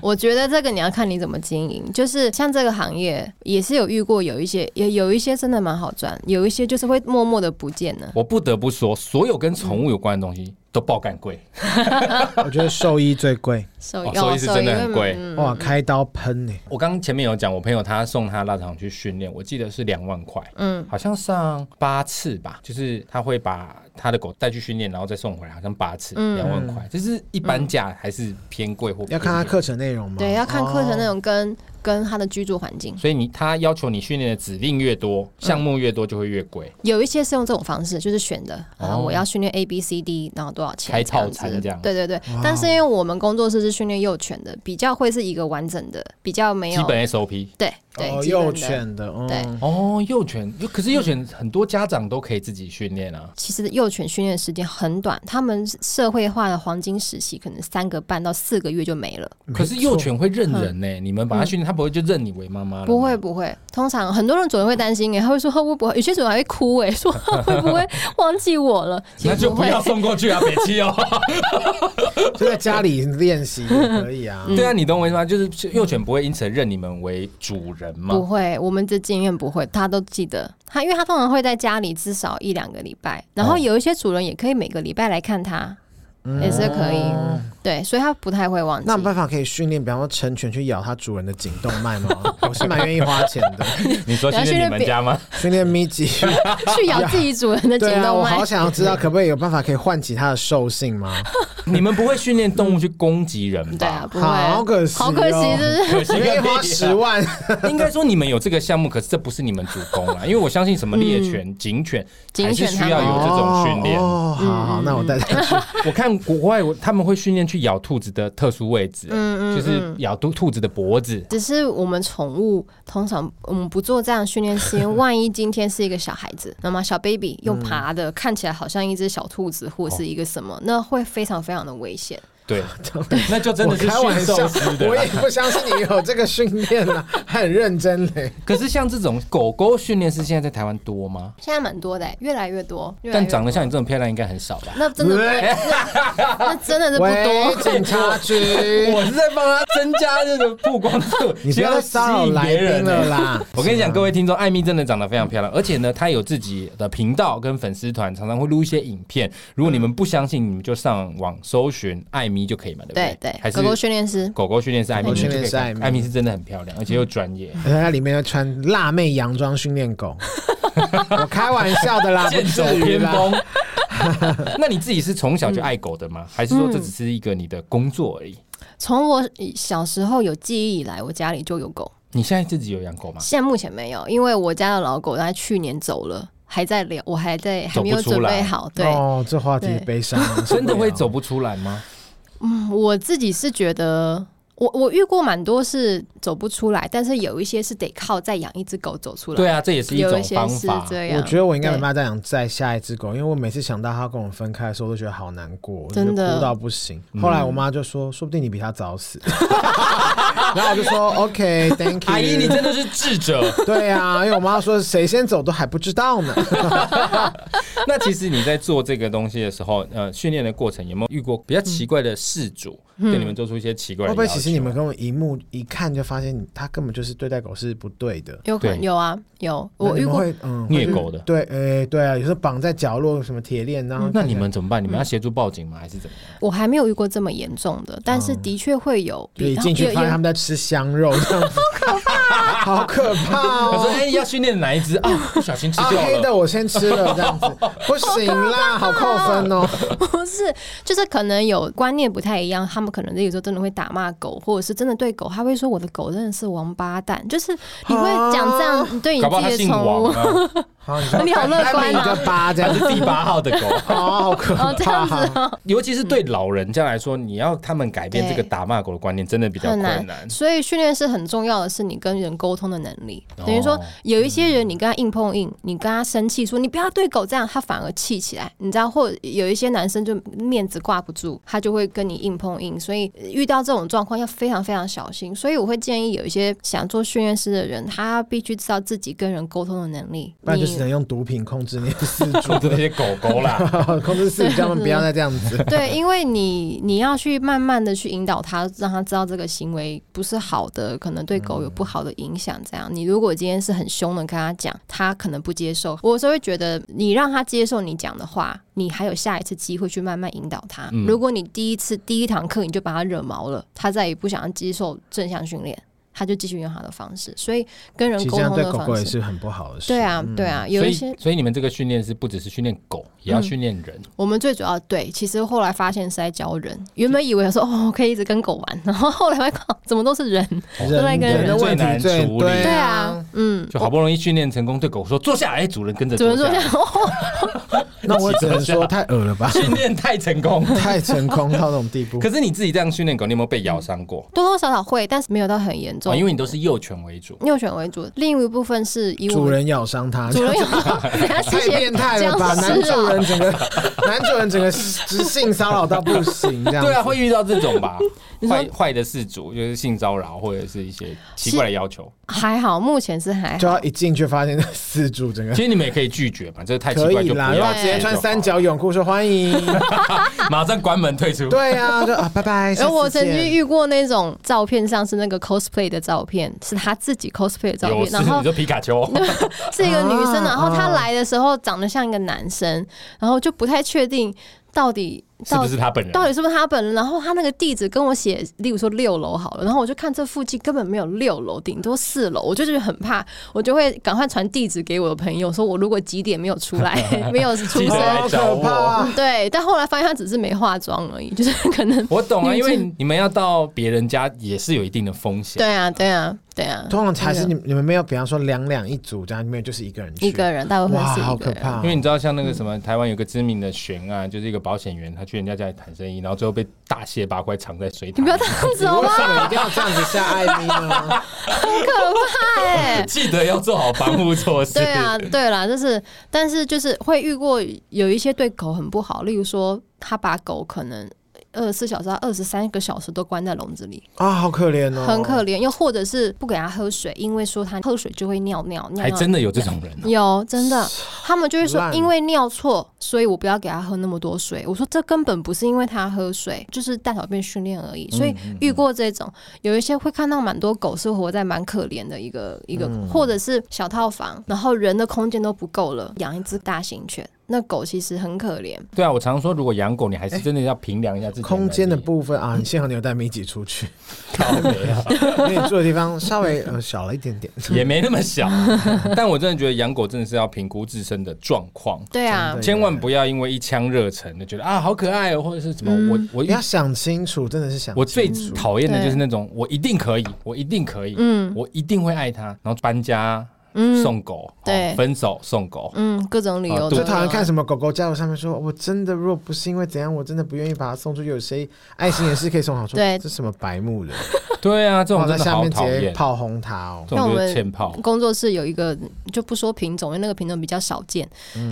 Speaker 4: 我觉得这个你要看你怎么经营，就是像这个行业也是有遇过有一些，也有一些真的蛮好赚，有一些就是会默默的不见了。
Speaker 2: 我不得不说，所有跟宠物有关的东西都爆干贵，
Speaker 3: (laughs) 我觉得兽医最贵，
Speaker 4: 啊收
Speaker 2: (laughs) 哦收益是真的很
Speaker 4: 嗯
Speaker 2: 贵
Speaker 3: 哇，开刀喷欸呢。
Speaker 2: 我刚前面有讲，我朋友他送他腊肠去训练，我记得是两万块，嗯，好像上八次吧，就是他会把他的狗带去训练，然后再送回来，好像八次，
Speaker 4: 嗯
Speaker 2: 两、万块，就是一般价还是偏贵或
Speaker 3: 要看
Speaker 2: 偏
Speaker 3: 他
Speaker 2: 便宜
Speaker 3: 课程内容吗？
Speaker 4: 对，要看课程那
Speaker 3: 哦。
Speaker 4: 种跟、跟他的居住环境，
Speaker 2: 所以你他要求你训练的指令越多，项
Speaker 4: 嗯
Speaker 2: 目越多就会越贵，
Speaker 4: 有一些是用这种方式，就是选的啊，我要训练 A B C D，然后多少
Speaker 2: 哦
Speaker 4: 钱？
Speaker 2: 开套
Speaker 4: 子
Speaker 2: 餐这样
Speaker 4: 对对对，但是因为我们工作室是训练幼犬的，比较会是一个完整的，比较没
Speaker 2: 基
Speaker 4: 有
Speaker 2: 本 SOP。
Speaker 4: 对对、
Speaker 3: 哦，
Speaker 4: 基本的
Speaker 3: 幼。犬的，嗯
Speaker 4: 对
Speaker 2: 哦，幼犬，可是幼犬很多家长都可以自己训练啊。
Speaker 4: 其实幼犬训练时间很短，他们社会化的黄金时期可能三个半到四个月就没了。
Speaker 2: 可是幼犬会认人呢、你们把它训练，它不会就认你为妈妈了吗
Speaker 4: 不会。不会，通常很多人主人会担心哎，他会说 (laughs) 会不会有些主人还会哭哎，说会不会忘记我了？其
Speaker 2: (laughs) 那
Speaker 4: 实
Speaker 2: 就
Speaker 4: 不
Speaker 2: 不
Speaker 4: 会，
Speaker 2: 要送过去啊，北七
Speaker 4: (laughs)
Speaker 2: 哦。
Speaker 3: 就在家里练习也可以
Speaker 4: (laughs) 嗯
Speaker 3: 啊。
Speaker 2: 对啊，你懂我意思吗？就是幼犬不会因此认你们为主人
Speaker 4: 不
Speaker 2: 嘛。
Speaker 4: 会，我们的经验不会，他都记得。他因为他通常会在家里至少一两个礼拜，然后
Speaker 2: 哦嗯
Speaker 4: 有一些主人也可以每个礼拜来看他，也是可以。对，所以他不太会忘记
Speaker 3: 那。有办法可以训练，比方说成犬去咬它主人的颈动脉吗？我是蛮愿意花钱
Speaker 4: (laughs)
Speaker 3: 的，
Speaker 2: 你说训练你们家吗？
Speaker 3: 训练咪吉。
Speaker 4: (laughs) 去咬自己主人的颈
Speaker 3: 对啊，
Speaker 4: 动
Speaker 3: 我
Speaker 4: 脉
Speaker 3: 好，想要知道，可不可以有办法可以唤起它的兽性吗？
Speaker 4: (laughs)
Speaker 2: 你们不会训练动物去攻击人吧？
Speaker 4: 对啊，不会，
Speaker 3: 好可惜哦
Speaker 4: 好可惜，就是
Speaker 2: 可惜
Speaker 3: 我
Speaker 2: 个
Speaker 3: 愿意花
Speaker 2: 屁
Speaker 4: (laughs)
Speaker 3: 十万，
Speaker 2: 啊应该说你们 (laughs) 有这个项目，可是这不是你们主攻啊，因为我相信什么猎犬、警犬，
Speaker 4: 警
Speaker 2: 还是
Speaker 4: 犬
Speaker 2: 需
Speaker 4: 他
Speaker 2: 要
Speaker 4: 们
Speaker 2: 有这种训练。
Speaker 3: 哦，哦
Speaker 4: 嗯
Speaker 3: 好好，那我带它去。
Speaker 2: 我看国外我他们会训练去咬兔子的特殊位置，
Speaker 3: 嗯
Speaker 2: 就是咬兔兔子的脖子。
Speaker 4: 只是我们宠物通常我们不做这样的训练，是
Speaker 2: (laughs)
Speaker 4: 因为万一今天是一个小孩子，那么小 baby 又爬的，看起来好像一只小兔子或是一个什么，
Speaker 2: 哦
Speaker 4: 那会非常非常的危险。
Speaker 3: (laughs)
Speaker 2: 对，那就 (laughs) 真
Speaker 3: 我
Speaker 2: 的是
Speaker 3: 开玩
Speaker 2: 驯兽
Speaker 3: 笑
Speaker 2: 师，的
Speaker 3: 我
Speaker 2: 啦
Speaker 3: 也。不相信你有这个训练啊，还很认真嘞。
Speaker 2: 可是像这种狗狗训练师，现在在台湾多吗？
Speaker 4: 现在蛮多的、越来越多，越来越
Speaker 2: 但长得
Speaker 4: 多
Speaker 2: 像你这么漂亮，应该很少吧？
Speaker 4: 那真的不
Speaker 3: 喂
Speaker 4: 那真的是不
Speaker 3: 喂，
Speaker 4: 多。
Speaker 3: 警
Speaker 2: (laughs)
Speaker 3: 察局，
Speaker 2: 我是在帮他增加这个曝光度，
Speaker 3: (laughs) 你不要再
Speaker 2: 希
Speaker 3: 骚
Speaker 2: 望
Speaker 3: 扰
Speaker 2: 吸引
Speaker 3: 来
Speaker 2: 别
Speaker 3: 宾
Speaker 2: 人
Speaker 3: 了啊
Speaker 2: 欸
Speaker 3: 啦。
Speaker 2: 我跟你讲，各位听众，艾米真的长得非常漂亮，而且呢，她有自己的频道跟粉丝团，常常会录一些影片。如果你们不相信，你们就上网搜寻艾米就可以嘛，对不
Speaker 4: 对
Speaker 2: 对？
Speaker 4: 对
Speaker 2: 还，是
Speaker 4: 狗狗训练师
Speaker 2: 狗狗训练师艾米，
Speaker 3: 狗
Speaker 2: 你
Speaker 3: 训
Speaker 2: 们就
Speaker 3: 练
Speaker 2: 可以
Speaker 3: 师艾
Speaker 2: 看
Speaker 3: 米嗯
Speaker 2: 艾米是真的很漂亮，而且又专
Speaker 3: (laughs)
Speaker 2: 业。
Speaker 3: 而且它里面要穿辣妹洋装训练
Speaker 2: (laughs)
Speaker 3: 狗，我开玩笑的啦，不
Speaker 2: 剑走
Speaker 3: 至于
Speaker 2: 偏
Speaker 3: 啦。
Speaker 2: 锋。 (laughs) 那你自己是从小就爱狗的
Speaker 3: 嗯
Speaker 2: 吗？还是说这只是一个你的工作而已？
Speaker 4: 从我小时候有记忆以来，我家里就有狗，
Speaker 2: 你现在自己有养狗吗？
Speaker 4: 现在目前没有，因为我家的老狗它去年走了，还在聊，我还在还没有
Speaker 2: 走不出
Speaker 4: 准备
Speaker 2: 来
Speaker 4: 好。对，
Speaker 3: 哦，这话题
Speaker 4: 对
Speaker 3: 悲伤，
Speaker 2: 真的会走不出来吗？
Speaker 4: 我自己是觉得，我我遇过蛮多是走不出来，但是有一些是得靠再养一只狗走出来。
Speaker 2: 对啊，这也是一
Speaker 4: 有
Speaker 2: 种
Speaker 4: 一些
Speaker 2: 方
Speaker 4: 是
Speaker 2: 法。
Speaker 4: 这样。
Speaker 3: 我觉得我应该没
Speaker 4: 对
Speaker 3: 办法再养再下一只狗，因为我每次想到它跟我分开的时候，我都觉得好难过，我就
Speaker 4: 真的
Speaker 3: 哭到不行。
Speaker 2: 嗯
Speaker 3: 后来我妈就说：“说不定你比它早死。” (laughs) 然后我就说：“OK，Thank、you。”
Speaker 2: 阿姨，你真的是智者。 (laughs)
Speaker 3: 对啊，因为我妈说谁先走都还不知道呢。
Speaker 2: 那其实你在做这个东西的时候，呃，训练的过程有没有遇过比较奇怪的事主对你们做出一些奇怪的
Speaker 3: 嗯会
Speaker 2: 要
Speaker 3: 不
Speaker 2: 求？
Speaker 3: 会其实你们跟我一目一看就发现，它根本就是对待狗是不对的？
Speaker 4: 有可能
Speaker 2: 对
Speaker 4: 有啊，有
Speaker 3: 那
Speaker 4: 我
Speaker 3: 你
Speaker 4: 遇
Speaker 3: 们
Speaker 4: 过，
Speaker 3: 会嗯
Speaker 2: 虐狗的
Speaker 3: 对，哎、对啊，有时候绑在角落什么铁链，然后
Speaker 2: 嗯那
Speaker 3: 看起
Speaker 2: 你
Speaker 3: 来
Speaker 2: 们怎么办？你们要协助报警吗？还是怎么样？
Speaker 4: 我还没有遇过这么严重的，但是的确会有
Speaker 3: 就
Speaker 4: 比
Speaker 3: 一嗯进去
Speaker 4: 啊有
Speaker 3: 发现
Speaker 4: 有
Speaker 3: 他们在吃香肉，这样子，
Speaker 4: 啊
Speaker 3: 好可怕
Speaker 2: 我说
Speaker 3: 哦！
Speaker 2: 哎，要训练哪一只啊？不小心吃
Speaker 3: 啊，
Speaker 2: 掉
Speaker 3: 黑
Speaker 2: 了。
Speaker 3: 的我先吃了，这样
Speaker 4: (laughs)
Speaker 3: 子不行啦，好扣分哦。
Speaker 4: 不是，就是可能有观念不太一样，他们可能有时候真的会打骂狗，或者是真的对狗，他会说我的狗真的是王八蛋，就是你会讲这样、你对你
Speaker 2: 啊搞不好他
Speaker 4: 自己
Speaker 2: 姓
Speaker 4: 的宠
Speaker 2: 王
Speaker 4: 物，
Speaker 2: 啊，
Speaker 3: 好，你说
Speaker 4: 你好乐
Speaker 3: 来来
Speaker 4: 观啊
Speaker 3: 你一个八这
Speaker 2: 他
Speaker 3: 样
Speaker 2: 是
Speaker 3: 子，
Speaker 2: 第八号的狗。
Speaker 3: 哦，好可怕。
Speaker 4: 哦这样子
Speaker 2: 尤其是对老人家来说，你要他们改变这个打骂狗的观念，真的比较
Speaker 4: 很
Speaker 2: 困
Speaker 4: 难
Speaker 2: 难。
Speaker 4: 所以训练是很重要的，是你跟人沟通的能力。
Speaker 2: 哦
Speaker 4: 等于说，有一些人你跟他硬碰硬，你跟他生气说你不要对狗这样，他反而气起来，你知道？或者有一些男生就面子挂不住，他就会跟你硬碰硬。所以呃遇到这种状况要非常非常小心。所以我会建议有一些想做训练师的人，他必须知道自己跟人沟通的能力。
Speaker 3: 不然就
Speaker 4: 你
Speaker 3: 只能用毒品控制那个四
Speaker 2: 控制那些狗狗啦，
Speaker 3: 主，控制四主，叫他们不要再这样子。
Speaker 4: (laughs) 对，因为你你要去慢慢的去引导他，让他知道这个行为不是好的，可能对狗
Speaker 3: 嗯
Speaker 4: 有不好的影响。这样，你如果今天是很凶的跟他讲，他可能不接受。我有时候会觉得，你让他接受你讲的话，你还有下一次机会去慢慢引导他。
Speaker 3: 嗯
Speaker 4: 如果你第一次第一堂课你就把他惹毛了，他再也不想要接受正向训练，他就继续用他的方式。所以跟人
Speaker 3: 其实
Speaker 4: 沟
Speaker 3: 这样
Speaker 4: 通
Speaker 3: 对
Speaker 4: 的
Speaker 3: 狗
Speaker 4: 方
Speaker 3: 狗也
Speaker 4: 式。
Speaker 3: 是很嗯不好的事。
Speaker 4: 对啊，对啊， (laughs) 有
Speaker 2: 所
Speaker 4: 一
Speaker 2: 以
Speaker 4: 些嗯
Speaker 2: 所以你们这个训练是不只是训练狗，也要训练人。
Speaker 4: 我们最主要对，其实后来发现是在教人。原本以为说哦，我可以一直跟狗玩， (laughs) 然后后来发现靠怎么都是人。
Speaker 3: 人
Speaker 4: 都在跟人
Speaker 3: 的
Speaker 4: 的
Speaker 3: 问
Speaker 2: 问
Speaker 3: 题
Speaker 2: 题
Speaker 3: 最
Speaker 2: 最
Speaker 3: 对
Speaker 2: 对
Speaker 4: 啊，嗯，
Speaker 2: 就好不容易训练成功，对狗说坐下来，哎主人跟着
Speaker 4: 主人说这
Speaker 2: 下
Speaker 4: 样
Speaker 2: 来，
Speaker 3: 啊
Speaker 4: 哦，
Speaker 3: 那我只能说太恶了吧，
Speaker 2: 训练太成功。
Speaker 3: 太成功到那种地步。
Speaker 2: 可是你自己这样训练狗，你有没有被咬伤过？
Speaker 4: (laughs) 多多少少会，但是没有到很严重
Speaker 2: 哦，。因为你都是幼犬为主，
Speaker 4: 幼犬为主，另一部分是以我
Speaker 3: 主
Speaker 4: 们 (laughs)
Speaker 3: 人咬伤它，
Speaker 4: 主人有等下吸
Speaker 3: (laughs) 太
Speaker 4: 血
Speaker 3: 变态了
Speaker 4: (laughs)
Speaker 3: 吧！
Speaker 4: 僵尸
Speaker 3: 男主
Speaker 4: 啊
Speaker 3: 人整个男主人整个直性骚扰到不行，这样子
Speaker 2: 对啊，会遇到这种吧？
Speaker 4: (laughs) 你说
Speaker 2: 坏坏的事主就是性骚扰或者是一些奇怪的要求，
Speaker 4: 还好，目前是还
Speaker 3: 就
Speaker 4: 好。
Speaker 3: 要一进去发现那四柱整个
Speaker 2: 其实你们也可以拒绝嘛，这太奇
Speaker 3: 可
Speaker 2: 怪
Speaker 3: 以
Speaker 2: 就不
Speaker 3: 啦，然
Speaker 2: 要
Speaker 3: 后直接穿三，角泳裤说欢迎，
Speaker 2: (laughs) 马上关门退出。
Speaker 3: 对啊，就啊拜拜。
Speaker 4: 然后哎我
Speaker 3: 下
Speaker 4: 曾
Speaker 3: 次见
Speaker 4: 经遇过那种照片上是那个 cosplay 的照片，是他自己 cosplay 的照
Speaker 2: 有
Speaker 4: 片，
Speaker 2: 事
Speaker 4: 然后
Speaker 2: 你说皮卡
Speaker 4: (laughs)
Speaker 2: 丘，
Speaker 4: 是一个女生，
Speaker 3: 啊
Speaker 4: 然后她来的时候长得像一个男生，然后就不太确定到底
Speaker 2: (laughs) 是
Speaker 4: 到
Speaker 2: 不
Speaker 4: 底
Speaker 2: 是他本人？
Speaker 4: 到底是不是他本人？然后他那个地址跟我写，例如说六楼好了，然后我就看这附近根本没有六楼，顶多四楼，我就觉得很怕，我就会赶快传地址给我的朋友，说我如果几点没有出
Speaker 3: (laughs)
Speaker 4: 来， (laughs) 没有出
Speaker 2: 记得
Speaker 4: 生。
Speaker 2: 来
Speaker 3: 好
Speaker 2: 找
Speaker 3: 可
Speaker 2: 我
Speaker 3: 怕啊，
Speaker 4: 对，但后来发现他只是没化妆而已，就是可
Speaker 3: (laughs)
Speaker 4: 能
Speaker 2: 我懂啊，
Speaker 4: 女
Speaker 2: 因
Speaker 4: 生
Speaker 2: 为你们要到别人家也是有一定的风险。
Speaker 4: 对啊，对啊，对啊，
Speaker 3: 通常还是你你们没有，比方说两两一组这样，没有就是一个人去
Speaker 4: 一个人，大部分
Speaker 3: 哇，
Speaker 4: 是
Speaker 3: 好
Speaker 4: 一
Speaker 3: 可
Speaker 4: 个人。
Speaker 3: 怕哦
Speaker 2: 因。为你知道，像那个什
Speaker 4: 嗯
Speaker 2: 么台湾有个知名的悬案，就是一个保险员，他去人家家里谈生意，然后最后被大卸八块藏在水
Speaker 4: 你
Speaker 2: 塘
Speaker 4: 不。要这样
Speaker 3: (laughs)
Speaker 4: 子好
Speaker 3: 为
Speaker 4: 吗？
Speaker 3: 什么一定要这样子下艾米呢？
Speaker 4: 很可怕哎、
Speaker 2: (laughs) 记得要做好防护措施。
Speaker 4: (laughs) 对啊，对啦，就是，但是就是会遇过有一些对狗很不好，例如说他把狗可能二十四小时、二十三个小时都关在笼子里，
Speaker 3: (laughs) 啊，好可怜哦，
Speaker 4: 很可怜。又或者是不给他喝水，因为说他喝水就会尿尿，
Speaker 2: (laughs)
Speaker 4: 尿
Speaker 2: 还
Speaker 4: 尿
Speaker 2: 真的有这种人、啊，
Speaker 4: 有真的，他们就会说
Speaker 3: 烂
Speaker 4: 因为尿错，所以我不要给他喝那么多水。我说这根本不是因为他喝水，就是大小便训练而
Speaker 3: 嗯
Speaker 4: 已。所以遇过这种，有一些会看到蛮多狗是活在蛮可怜的一个一个，
Speaker 3: 嗯
Speaker 4: 或者是小套房，然后人的空间都不够了，养一只大型犬，那狗其实很可怜。
Speaker 2: 对啊，我常说，如果养狗，你还是真的要评量一下自己
Speaker 3: 空间的
Speaker 2: 能力
Speaker 3: 部分啊，你幸好你有带米姐出去，
Speaker 2: 靠北啊
Speaker 3: (laughs) 因为你住的地方稍微呃小了一点点。
Speaker 2: 也没那么小。 (laughs) 但我真的觉得养狗真的是要评估自身的状况，
Speaker 4: 对啊
Speaker 3: 真，的
Speaker 2: 千万不要因为一腔热忱就觉得啊好可爱哦，或者是什么、我我
Speaker 3: 你要想清楚，真的是想
Speaker 2: 我
Speaker 3: 清
Speaker 2: 最
Speaker 3: 楚
Speaker 2: 讨厌的
Speaker 4: 对
Speaker 2: 就是那种我一定可以，我一定可以，
Speaker 4: 嗯
Speaker 2: 我一定会爱它，然后搬家。送狗，
Speaker 4: 嗯对
Speaker 2: 哦分手送狗，
Speaker 4: 嗯，各种理由
Speaker 2: 啊
Speaker 4: 都
Speaker 2: 对
Speaker 3: 最
Speaker 4: 有
Speaker 3: 讨厌看
Speaker 4: 啊。
Speaker 3: 什么狗狗加油上面说，我真的如果不是因为怎样，我真的不愿意把它送出去。有谁爱心也是可以送好说，
Speaker 4: 对
Speaker 3: 这什么白目人，
Speaker 2: 对啊，这种
Speaker 3: 哇在
Speaker 2: 真的
Speaker 3: 下
Speaker 2: 好
Speaker 3: 面直
Speaker 2: 讨
Speaker 3: 接
Speaker 2: 厌，
Speaker 3: 炮轰他哦。
Speaker 2: 这种就是欠炮。
Speaker 4: 工作室有一个就不说品种，因为那个品种比较少见，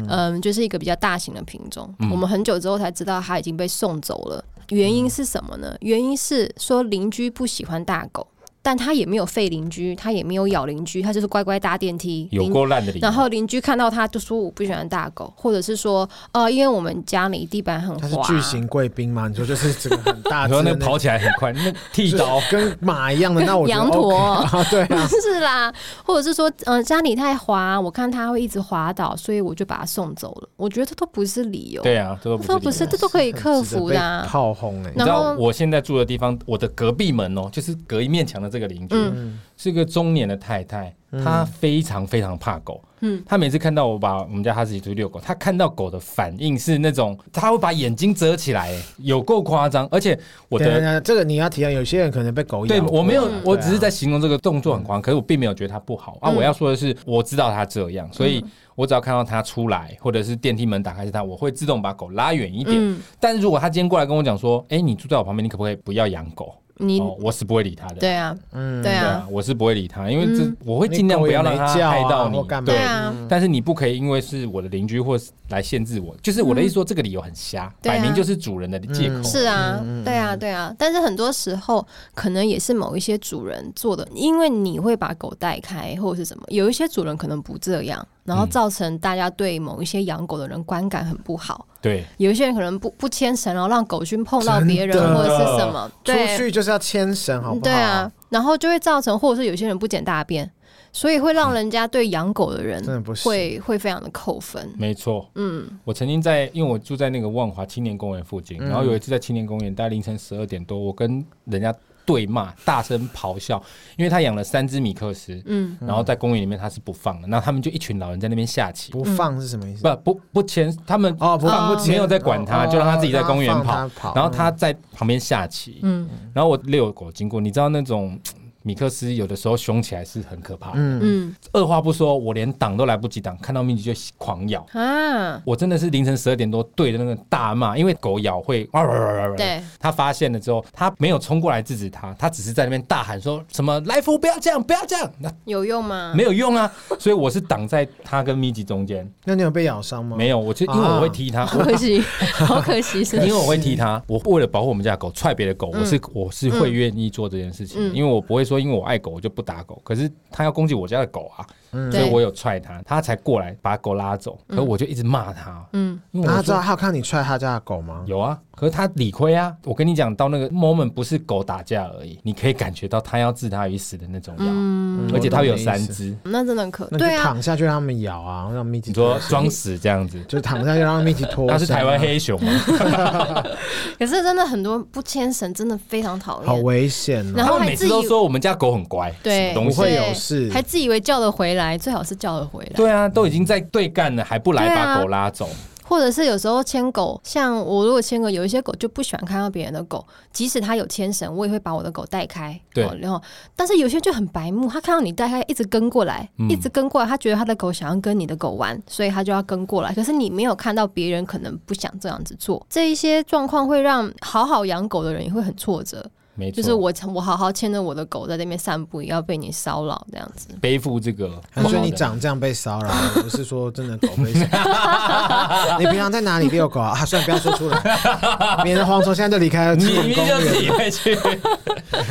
Speaker 4: 嗯、就是一个比较大型的品种。
Speaker 3: 嗯
Speaker 4: 我们很久之后才知道它已经被送走了，原因是什么呢？
Speaker 3: 嗯
Speaker 4: 原因是说邻居不喜欢大狗，但它也没有吠邻居，它也没有咬邻居，它就是乖乖搭电梯。
Speaker 2: 有
Speaker 4: 邻
Speaker 2: 够烂的理由，
Speaker 4: 然后邻居看到它就说我不喜欢大狗，或者是说呃，因为我们家里地板很
Speaker 3: 他是
Speaker 4: 滑，
Speaker 3: 巨型贵宾嘛？你说就是这个很大
Speaker 2: 你
Speaker 3: 只
Speaker 2: 说
Speaker 3: 的
Speaker 2: 那 (laughs)
Speaker 3: 那
Speaker 2: 个
Speaker 3: 种，
Speaker 2: 跑起来很快，那剃
Speaker 4: (laughs)
Speaker 2: 刀
Speaker 3: 跟马一样的，那我觉得
Speaker 4: 羊驼
Speaker 3: OK (laughs) 啊，对啊，
Speaker 4: (laughs) 是啦，或者是说，嗯、家里太滑，我看它会一直滑倒，所以我就把它送走了。我觉得这都不是理由，
Speaker 2: 对啊，这都不
Speaker 4: 这
Speaker 2: 是
Speaker 4: 都
Speaker 2: 理由
Speaker 4: 不是，这都可以克
Speaker 3: 值得
Speaker 4: 服
Speaker 3: 被
Speaker 4: 的、啊。
Speaker 3: 炮轰哎，
Speaker 2: 你知
Speaker 4: 然
Speaker 2: 道
Speaker 4: 后
Speaker 2: 我现在住的地方，我的隔壁门哦，就是隔一面墙的这个邻居，
Speaker 4: 嗯
Speaker 2: 是一个中年的太太，她非常非常怕狗。嗯，她每次看到我把我们家哈士奇出去遛狗，她看到狗的反应是那种，她会把眼睛遮起来，有够夸张。而且我
Speaker 3: 等一下等一
Speaker 2: 的，
Speaker 3: 下啊这个你要提到，有些人可能被狗咬
Speaker 2: 对
Speaker 3: 过，
Speaker 2: 我没有，
Speaker 4: 嗯
Speaker 2: 我
Speaker 3: 对啊
Speaker 2: 只是在形容这个动作很夸张，可是我并没有觉得它不好啊。我要说的是，我知道它这样，所
Speaker 4: 嗯
Speaker 2: 以我只要看到它出来，或者是电梯门打开是它，我会自动把狗拉远一点。
Speaker 4: 嗯，
Speaker 2: 但是如果他今天过来跟我讲说，哎、你住在我旁边，你可不可以不要养狗？
Speaker 4: 你、
Speaker 2: 哦，我是不会理他的。
Speaker 4: 对啊，
Speaker 3: 嗯
Speaker 4: 对
Speaker 2: 对
Speaker 4: 啊
Speaker 2: 啊，，我是不会理他，因为这、
Speaker 4: 嗯
Speaker 2: 我会尽量不要让他害到你。
Speaker 3: 你狗也没叫啊或干嘛
Speaker 2: 对，嗯
Speaker 4: 对啊
Speaker 2: 但是你不可以因为是我的邻居或是来限制我。就是我的意思说，这个理由很瞎，
Speaker 4: 对啊
Speaker 2: 摆明就是主人的借口。
Speaker 3: 嗯
Speaker 4: 是啊，对啊，对啊。但是很多时候可能也是某一些主人做的，因为你会把狗带开或者是什么，有一些主人可能不这样，然后造成大家对某一些养狗的人观感很不好。
Speaker 2: 对，
Speaker 4: 有一些人可能不不牵绳，然后让狗去碰到别人
Speaker 3: 真的
Speaker 4: 或者是什么，
Speaker 3: 出
Speaker 4: 对，
Speaker 3: 去就是要牵绳，好不好？
Speaker 4: 对啊，，然后就会造成，或者是有些人不捡大便，所以会让人家对养狗的人
Speaker 3: 真的不行
Speaker 4: 会会非常的扣分。
Speaker 2: 没错。
Speaker 4: 嗯，
Speaker 2: 我曾经在，因为我住在那个万华青年公园附近，然后有一次在青年公园，大概凌晨十二点多，我跟人家对骂，大声咆哮，因为他养了三只米克斯，
Speaker 4: 嗯
Speaker 2: 嗯，然后在公园里面他是不放的，然后他们就一群老人在那边下棋，
Speaker 3: 不放是什么意思？
Speaker 2: 不不不牵，他们
Speaker 3: 哦不放
Speaker 2: 放
Speaker 3: 不
Speaker 2: 没有在管
Speaker 3: 哦
Speaker 2: 他，
Speaker 3: 哦
Speaker 2: 就让他自己在公园
Speaker 3: 让他
Speaker 2: 跑
Speaker 3: 放他跑，
Speaker 2: 然后他在旁边下棋，
Speaker 4: 嗯
Speaker 2: 然后我遛狗经过，你知道那种。嗯米克斯有的时候凶起来是很可怕的，
Speaker 3: 嗯，
Speaker 4: 嗯
Speaker 2: 二话不说，我连挡都来不及挡，看到米奇就狂咬。
Speaker 4: 啊，
Speaker 2: 我真的是凌晨十二点多对着那个大骂，因为狗咬会哇哇哇哇哇。
Speaker 4: 对，
Speaker 2: 他发现了之后，他没有冲过来制止他，他只是在那边大喊说什么“来福不要这样，不要这样”，那
Speaker 4: 有用吗？
Speaker 2: 没有用啊。所以我是挡在他跟米奇中间，
Speaker 3: 那你有被咬
Speaker 4: 哦
Speaker 3: 伤吗？
Speaker 2: 没
Speaker 3: 有，
Speaker 2: 有，我就因为我会踢他，
Speaker 4: 好可惜，好可惜是
Speaker 2: (laughs) 因为我会踢他，我为了保护我们家的狗，踹别的狗，我是我是会愿意做这件事情的，
Speaker 4: 嗯
Speaker 2: 因为我不会说因为我爱狗我就不打狗，可是他要攻击我家的狗啊，
Speaker 3: 嗯
Speaker 2: 所以
Speaker 4: 嗯对
Speaker 2: 我有踹他，他才过来把狗拉走，可我就一直骂他，
Speaker 4: 嗯，
Speaker 2: 因为
Speaker 3: 那他
Speaker 2: 我
Speaker 3: 啊知道
Speaker 2: 说
Speaker 3: 他有看到你踹他家的狗吗？
Speaker 2: 有啊，可是他理亏啊，我跟你讲，到那个 moment 不是狗打架而已，你可以感觉到他要置他于死的那种咬，
Speaker 3: 嗯
Speaker 2: 而且他有
Speaker 3: 我懂
Speaker 2: 三
Speaker 3: 你的意思
Speaker 2: 只，
Speaker 4: 那真的很可
Speaker 3: 那你
Speaker 4: 对
Speaker 3: 就
Speaker 4: 啊，
Speaker 3: 躺下去让他们咬啊，让米奇
Speaker 2: 你说装死这样子，
Speaker 3: 就是躺下去让他们一起脱。啊
Speaker 2: 他是台湾，黑熊吗？啊
Speaker 3: 嗯
Speaker 4: 可是真的很多不牵绳真的非常讨
Speaker 3: 好
Speaker 4: 厌，
Speaker 3: 危险
Speaker 4: 然
Speaker 3: 哦！
Speaker 2: 他
Speaker 4: 后
Speaker 2: 们
Speaker 4: 还
Speaker 2: 每
Speaker 4: 自
Speaker 2: 次都
Speaker 4: 以
Speaker 2: 说我们家狗很乖，什
Speaker 4: 对
Speaker 2: 么东
Speaker 3: 不
Speaker 2: 西
Speaker 3: 会
Speaker 4: 对
Speaker 3: 有事
Speaker 4: 还自以为叫得回来，最好是叫得回来。
Speaker 2: 对啊，都已经在对干了，还不来
Speaker 4: 对啊
Speaker 2: 把狗拉走，
Speaker 4: 或者是有时候牵狗，像我如果牵狗，有一些狗就不喜欢看到别人的狗，即使它有牵绳，我也会把我的狗带开。
Speaker 2: 对
Speaker 4: 哦然后但是有些就很白目，它看到你带开，一直跟过来，
Speaker 2: 嗯
Speaker 4: 一直跟过来，它觉得它的狗想要跟你的狗玩，所以它就要跟过来。可是你没有看到别人可能不想这样子做，这一些状况会让好好养狗的人也会很挫折，
Speaker 2: 没错，
Speaker 4: 就是我我好好牵着我的狗在那边散步，也要被你骚扰这样子。
Speaker 2: 背负这个。
Speaker 3: 还说你长这样被骚扰，不是说真的狗被骚扰。你 (laughs) 平常在哪里遛狗啊？啊算了，不要说出来，
Speaker 2: (laughs)
Speaker 3: 免得蝗虫现在就离开了
Speaker 2: 你
Speaker 3: 基本
Speaker 2: 明明
Speaker 3: 公
Speaker 2: 就自
Speaker 3: 园。
Speaker 2: 己会去， (laughs)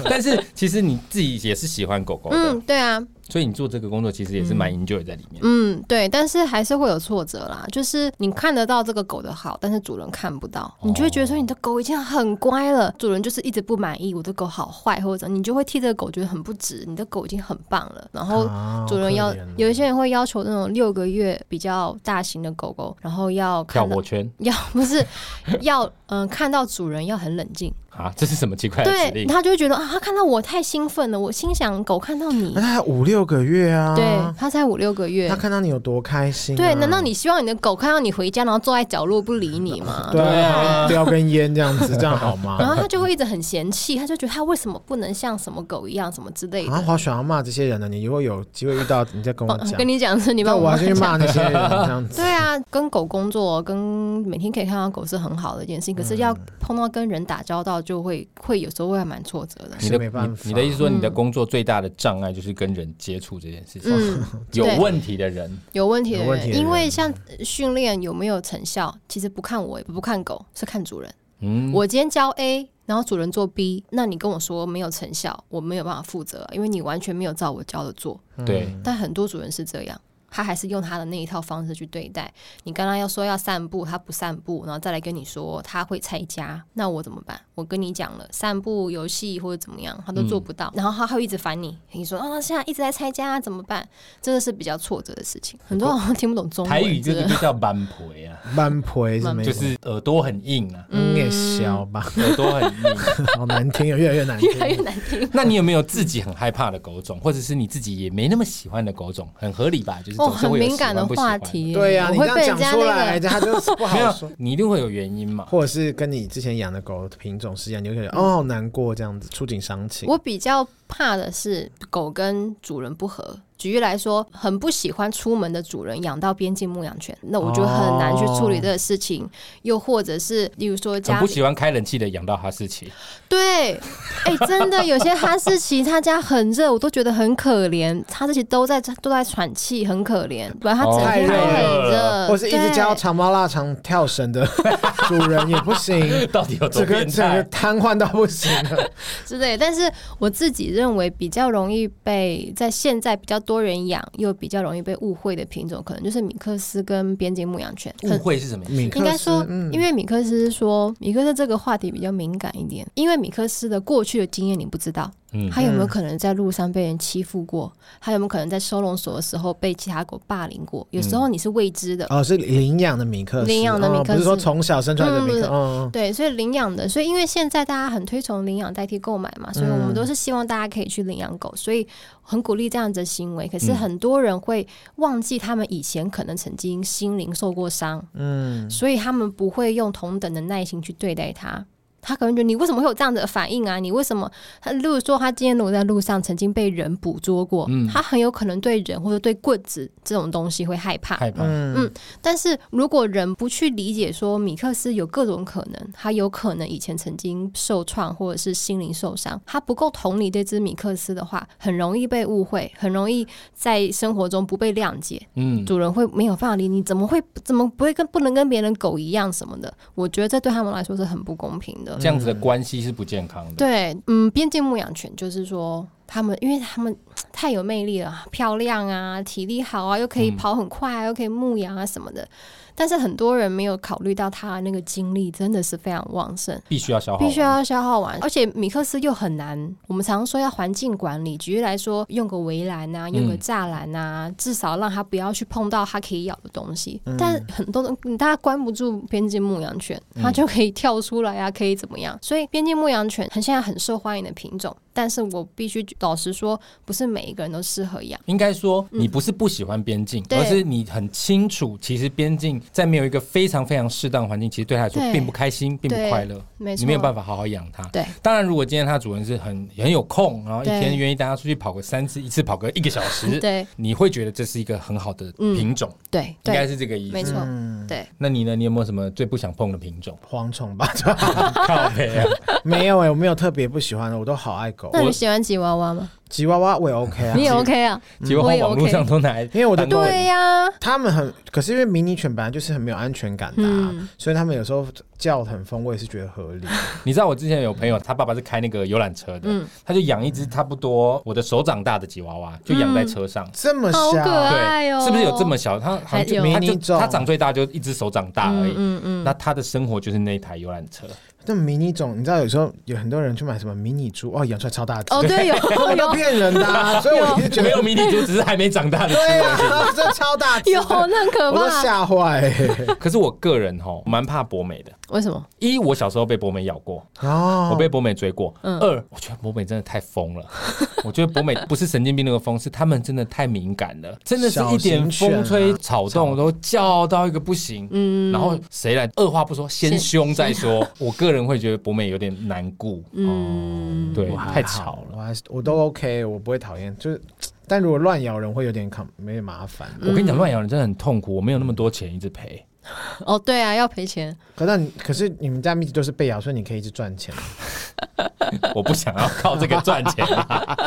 Speaker 2: 但是其实你自己也是喜欢狗狗的，
Speaker 4: 嗯，对啊，
Speaker 2: 所以你做这个工作其实也是蛮 enjoy 在里面。
Speaker 4: 嗯，对，但是还是会有挫折啦。就是你看得到这个狗的好，但是主人看不到，你就会
Speaker 3: 哦
Speaker 4: 觉得说你的狗已经很乖了，主人就是一直不满意我的狗好坏，或者你就会替这个狗觉得很不值，你的狗已经很棒了，然后
Speaker 3: 啊
Speaker 4: 主人要、
Speaker 3: 好可怜哦
Speaker 4: 有一些人会要求那种六个月比较大型的狗狗，然后要
Speaker 2: 跳
Speaker 4: 看到
Speaker 2: 火圈
Speaker 4: 要不是要嗯、看到主人要很冷静，
Speaker 2: 啊，这是什么奇怪的指
Speaker 4: 对
Speaker 2: 令？
Speaker 4: 他就会觉得啊，他看到我太兴奋了，我心想狗看到你
Speaker 3: 那。他五六六个月啊，
Speaker 4: 对，它才五六个月
Speaker 3: 他。看到你有多开心、啊，
Speaker 4: 对，难道你希望你的狗看到你回家，然后坐在角落不理你吗？
Speaker 3: (laughs) 对
Speaker 2: 对
Speaker 3: 啊，
Speaker 2: 啊
Speaker 3: 叼根烟这样子，这样好
Speaker 4: 然
Speaker 3: 吗？
Speaker 4: 后它就会一直很嫌弃，它就觉得它为什么不能像什么狗一样，什么之类的。
Speaker 3: 啊，滑雪要骂这些人呢，你如果有机会遇到，你再跟我
Speaker 4: 哦
Speaker 3: 讲
Speaker 4: 跟。你讲是你
Speaker 3: 那
Speaker 4: 帮
Speaker 3: 我
Speaker 4: (laughs)
Speaker 3: 要
Speaker 4: 我
Speaker 3: 去
Speaker 4: 讲。
Speaker 3: 骂那些人这样
Speaker 4: (laughs)
Speaker 3: 子
Speaker 4: 对。啊，跟狗工作，跟每天可以看到狗是很好的一件事情，可是
Speaker 3: 嗯
Speaker 4: 要碰到跟人打交道，就会会有时候会还蛮挫折的。
Speaker 2: 你的
Speaker 3: 是没办
Speaker 2: 你
Speaker 3: 法
Speaker 2: 你的意思说，你的工作最大的障碍就是跟人接触这件事情，
Speaker 4: 嗯，
Speaker 2: (laughs) 有
Speaker 4: 对
Speaker 2: 问题的人，
Speaker 4: 有问题的
Speaker 3: 有问题
Speaker 4: 人，
Speaker 3: 的人
Speaker 4: 因为像训练有没有成效，其实不看我，也不看狗，是看主人。
Speaker 2: 嗯，
Speaker 4: 我今天教 A，然后主人做 B，那你跟我说没有成效，我没有办法负责，因为你完全没有照我教的做。
Speaker 3: 嗯
Speaker 2: 对，
Speaker 4: 但很多主人是这样。他还是用他的那一套方式去对待你。刚刚要说要散步，他不散步，然后再来跟你说他会拆家，那我怎么办？我跟你讲了，散步、游戏或者怎么样，他都做不
Speaker 3: 嗯
Speaker 4: 到。然后他会一直烦你，你说啊，现在一直在拆家怎么办？真的是比较挫折的事情。很多人好像听不懂中文，
Speaker 2: 台语这
Speaker 4: 真
Speaker 2: 个
Speaker 4: 的
Speaker 2: 就叫板培啊，
Speaker 3: 慢陪什么意思？
Speaker 2: 就是耳朵很硬啊，
Speaker 3: 嗯也消吧，
Speaker 2: 耳朵很硬。
Speaker 3: (laughs) 好难听，越来越难听
Speaker 4: (laughs) 越。来越难
Speaker 2: (laughs)
Speaker 4: 听。
Speaker 2: 那你有没有自己很害怕的狗种，或者是你自己也没那么喜欢的狗种？很合理吧？就是
Speaker 4: 哦，
Speaker 2: 总是
Speaker 4: 很
Speaker 2: 会有
Speaker 4: 敏
Speaker 2: 喜
Speaker 4: 感的
Speaker 2: 欢不喜
Speaker 4: 话
Speaker 2: 欢。
Speaker 4: 题耶，
Speaker 3: (laughs) 对呀，
Speaker 4: 我
Speaker 3: 你这
Speaker 4: 会
Speaker 3: 样
Speaker 4: 被人
Speaker 3: 讲
Speaker 4: 家
Speaker 3: 出来，
Speaker 4: 那个。
Speaker 3: 他就是不
Speaker 2: (laughs) 没
Speaker 3: 好说
Speaker 2: 有。，你一定会有原因嘛？
Speaker 3: 或者是跟你之前养的狗的品种是一样，你就会觉得哦好难过这样子，触景伤情。
Speaker 4: 嗯我比较怕的是狗跟主人不合。举例来说，很不喜欢出门的主人养到边境牧羊犬，那我就很难去处理这个事情。又或者是，例如说
Speaker 2: 很
Speaker 4: 家
Speaker 2: 不
Speaker 4: 里
Speaker 2: 喜欢开冷气的养到哈士奇，
Speaker 4: 对，哎、真的有些哈士奇他家很热，我都觉得很可怜，哈士奇都在都在喘气，很可怜，不然它整天都
Speaker 3: 哦太
Speaker 2: 热
Speaker 4: 很热。
Speaker 3: 或是一直
Speaker 4: 对
Speaker 3: 教长毛腊肠跳绳的 (laughs) 主人也
Speaker 2: (laughs)
Speaker 3: 不行，
Speaker 2: (laughs) 到底有多
Speaker 3: 整个
Speaker 2: 变
Speaker 3: 整个
Speaker 2: 态？
Speaker 3: 瘫痪到不行了。
Speaker 4: 之类的。但是我自己认为比较容易被在现在比较多人养又比较容易被误会的品种，可能就是米克斯跟边境牧羊犬。
Speaker 2: 误会是什么意思？
Speaker 3: 米克斯
Speaker 4: 应该说，
Speaker 3: 嗯
Speaker 4: 因为米克斯说米克斯这个话题比较敏感一点，因为米克斯的过去的经验你不知道，
Speaker 2: 嗯
Speaker 4: 他有没有可能在路上被人欺负过，他有没有可能在收容所的时候被其他狗霸凌过，有时
Speaker 3: 嗯
Speaker 4: 候你是未知的。
Speaker 3: 哦，是领养的米克斯，
Speaker 4: 领养的米克斯
Speaker 3: 哦不是说从小生出来的米克斯。
Speaker 4: 嗯
Speaker 3: 嗯，？
Speaker 4: 对，所以领养的，所以因为现在大家很推崇领养代替购买嘛，所以我们都是希望大家可以去领养狗，所以很鼓励这样子的行为。可是很多人会忘记他们以前可能曾经心灵受过伤，嗯，所以他们不会用同等的耐心去对待它。他可能觉得你为什么会有这样子的反应啊？你为什么？他例如说，他今天如果在路上曾经被人捕捉过，他很有可能对人或者对棍子这种东西会害怕。
Speaker 2: 害怕，
Speaker 4: 但是如果人不去理解说米克斯有各种可能，他有可能以前曾经受创或者是心灵受伤，他不够同理这只米克斯的话，很容易被误会，很容易在生活中不被谅解，
Speaker 2: 嗯，
Speaker 4: 主人会没有办法理你，怎么会怎么不会跟不能跟别人狗一样什么的？我觉得这对他们来说是很不公平的。
Speaker 2: 这样子的关系是不健康的。
Speaker 4: 嗯对，嗯，边境牧羊犬就是说，他们因为他们太有魅力了，漂亮啊，体力好啊，又可以跑很快啊，又可以牧羊啊什么的。但是很多人没有考虑到他的那个精力真的是非常旺盛，
Speaker 2: 必须要消耗完，
Speaker 4: 必须要消耗完，而且米克斯又很难。我们常说要环境管理，举例来说，用个围栏
Speaker 2: 嗯
Speaker 4: 啊，用个栅栏啊，至少让它不要去碰到它可以咬的东西。
Speaker 2: 嗯
Speaker 4: 但很多东，大家关不住边境牧羊犬，
Speaker 2: 嗯
Speaker 4: 它就可以跳出来啊，可以怎么样？所以边境牧羊犬很现在很受欢迎的品种，但是我必须老实说，不是每一个人都适合养。
Speaker 2: 应该说，你不是不喜欢边境，
Speaker 4: 嗯对
Speaker 2: 而是你很清楚，其实边境在没有一个非常非常适当的环境，其实对他来说
Speaker 4: 对
Speaker 2: 并不开心，并不
Speaker 4: 对
Speaker 2: 快乐，
Speaker 4: 没错，
Speaker 2: 你没有办法好好养它。
Speaker 4: 对。
Speaker 2: 当然，如果今天它主人是很很有空，然后一
Speaker 4: 对
Speaker 2: 天愿意带它出去跑个三次，一次跑个一个小时，
Speaker 4: (laughs) 对嗯
Speaker 2: 你会觉得这是一个很好的品种，
Speaker 4: 对
Speaker 2: 应该
Speaker 4: 对，
Speaker 2: 是嗯这个意
Speaker 4: 没
Speaker 2: 思。
Speaker 4: 错，对。
Speaker 2: 那你呢？你有没有什么最不想碰的品
Speaker 4: (laughs)
Speaker 2: 种
Speaker 3: 蝗虫吧， (laughs) 就
Speaker 2: 靠背啊，
Speaker 3: 没有哎、我没有特别不喜欢的，我都好爱狗。
Speaker 4: 那你
Speaker 2: 我
Speaker 4: 喜欢吉娃娃吗？
Speaker 3: 吉娃娃我也 OK 啊，
Speaker 4: (laughs) 你也 OK 啊？
Speaker 2: 结果
Speaker 4: 我也
Speaker 2: 网络
Speaker 4: OK
Speaker 2: 上都拿来当狗，
Speaker 3: 因为我的
Speaker 4: 对呀、
Speaker 3: 他们很，可是因为迷你犬本来就是很没有安全感的、啊，
Speaker 4: 嗯
Speaker 3: 所以他们有时候叫得很疯，我也是觉得
Speaker 4: (laughs)
Speaker 3: 合理。
Speaker 2: 你知道我之前有朋友，他爸爸是开那个游览车的，
Speaker 4: 嗯
Speaker 2: 他就养一只差不多我的手掌大的吉娃娃，就养在车上。
Speaker 4: 嗯
Speaker 3: 这么
Speaker 4: 好可
Speaker 3: 小，
Speaker 4: 爱哦、
Speaker 2: 对，是不是有这么小？他好像就
Speaker 4: 还有
Speaker 2: 他
Speaker 3: 迷
Speaker 2: 就
Speaker 3: 你种
Speaker 2: 他长最大就一只手掌大而已。
Speaker 4: 嗯嗯嗯，
Speaker 2: 那他的生活就是那一台游览车，
Speaker 3: 那迷你种，你知道有时候有很多人去买什么迷你猪，哦，养出来超大只，
Speaker 4: 哦，
Speaker 3: (laughs)
Speaker 4: 对，有
Speaker 2: (laughs)
Speaker 3: 都
Speaker 4: 有
Speaker 3: 骗人的、啊，所以我就觉
Speaker 2: 没
Speaker 3: 得
Speaker 2: 有迷你猪，只是还没长
Speaker 4: (laughs)
Speaker 2: 大的。
Speaker 3: 对啊， (laughs) 这超大只的，
Speaker 4: 有，那很可
Speaker 3: 我都
Speaker 4: 怕。
Speaker 3: 吓坏、欸
Speaker 2: 可是我个人哈，蛮怕博美的。
Speaker 4: 为什么？
Speaker 2: 一，我小时候被博美咬过，
Speaker 3: (laughs) 哦，
Speaker 2: 我被博美追过。二，我觉得博美真的太疯了。我觉得博美不是神经病那个疯，是他们真的太敏感了，真的是一点
Speaker 3: 啊
Speaker 2: 风吹草动都叫到一个不行。嗯，然后谁来，二话不说先凶再说。我个人会觉得博美有点难顾。嗯，对，
Speaker 3: 我还
Speaker 2: 太
Speaker 3: 好
Speaker 2: 吵了。
Speaker 3: 我还是我都 OK，我不会讨厌，就是，但如果乱咬人会有点抗，没点麻烦。
Speaker 4: 嗯
Speaker 2: 我跟你讲，乱咬人真的很痛苦，我没有那么多钱一直赔。
Speaker 4: 哦，对啊，要赔钱。
Speaker 3: 可那你可是你们家蜜都是被咬，所以你可以一直赚钱。
Speaker 2: (laughs) 我不想要靠这个赚钱、啊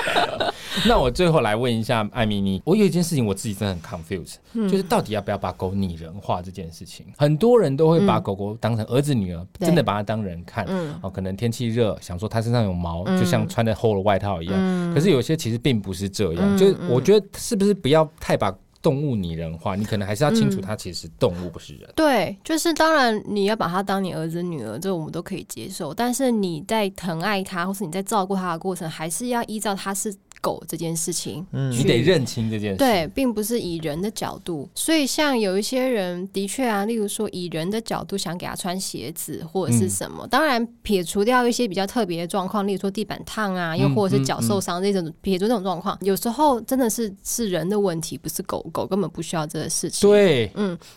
Speaker 4: (laughs)
Speaker 2: 那我最后来问一下艾米妮，我有一件事情我自己真的很 confused，、就是
Speaker 4: 嗯
Speaker 2: 到底要不要把狗拟人化这件事情？很多人都会把狗狗当成儿子女儿，
Speaker 4: 对
Speaker 2: 真的把它当人看。
Speaker 4: 嗯
Speaker 2: 哦，可能天气热，想说它身上有毛，就像穿着厚的外套一样。
Speaker 4: 嗯
Speaker 2: 可是有些其实并不是这样，就是我觉得是不是不要太把。动物拟人化，你可能还是要
Speaker 4: 嗯
Speaker 2: 清楚，它其实是动物不是人。
Speaker 4: 对，就是当然你要把它当你儿子女儿，这我们都可以接受。但是你在疼爱它，或是你在照顾它的过程，还是要依照它是狗这件事情。嗯
Speaker 2: 你得认清这件事。
Speaker 4: 对，并不是以人的角度，所以像有一些人的确啊，例如说以人的角度想给他穿鞋子或者是什么，当然撇除掉一些比较特别的状况，例如说地板烫啊，又
Speaker 2: 嗯
Speaker 4: 或者是
Speaker 2: 嗯
Speaker 4: 脚受伤这种，撇除这种状况，有时候真的是是人的问题，不是狗狗根本不需要这个事情。
Speaker 2: 对，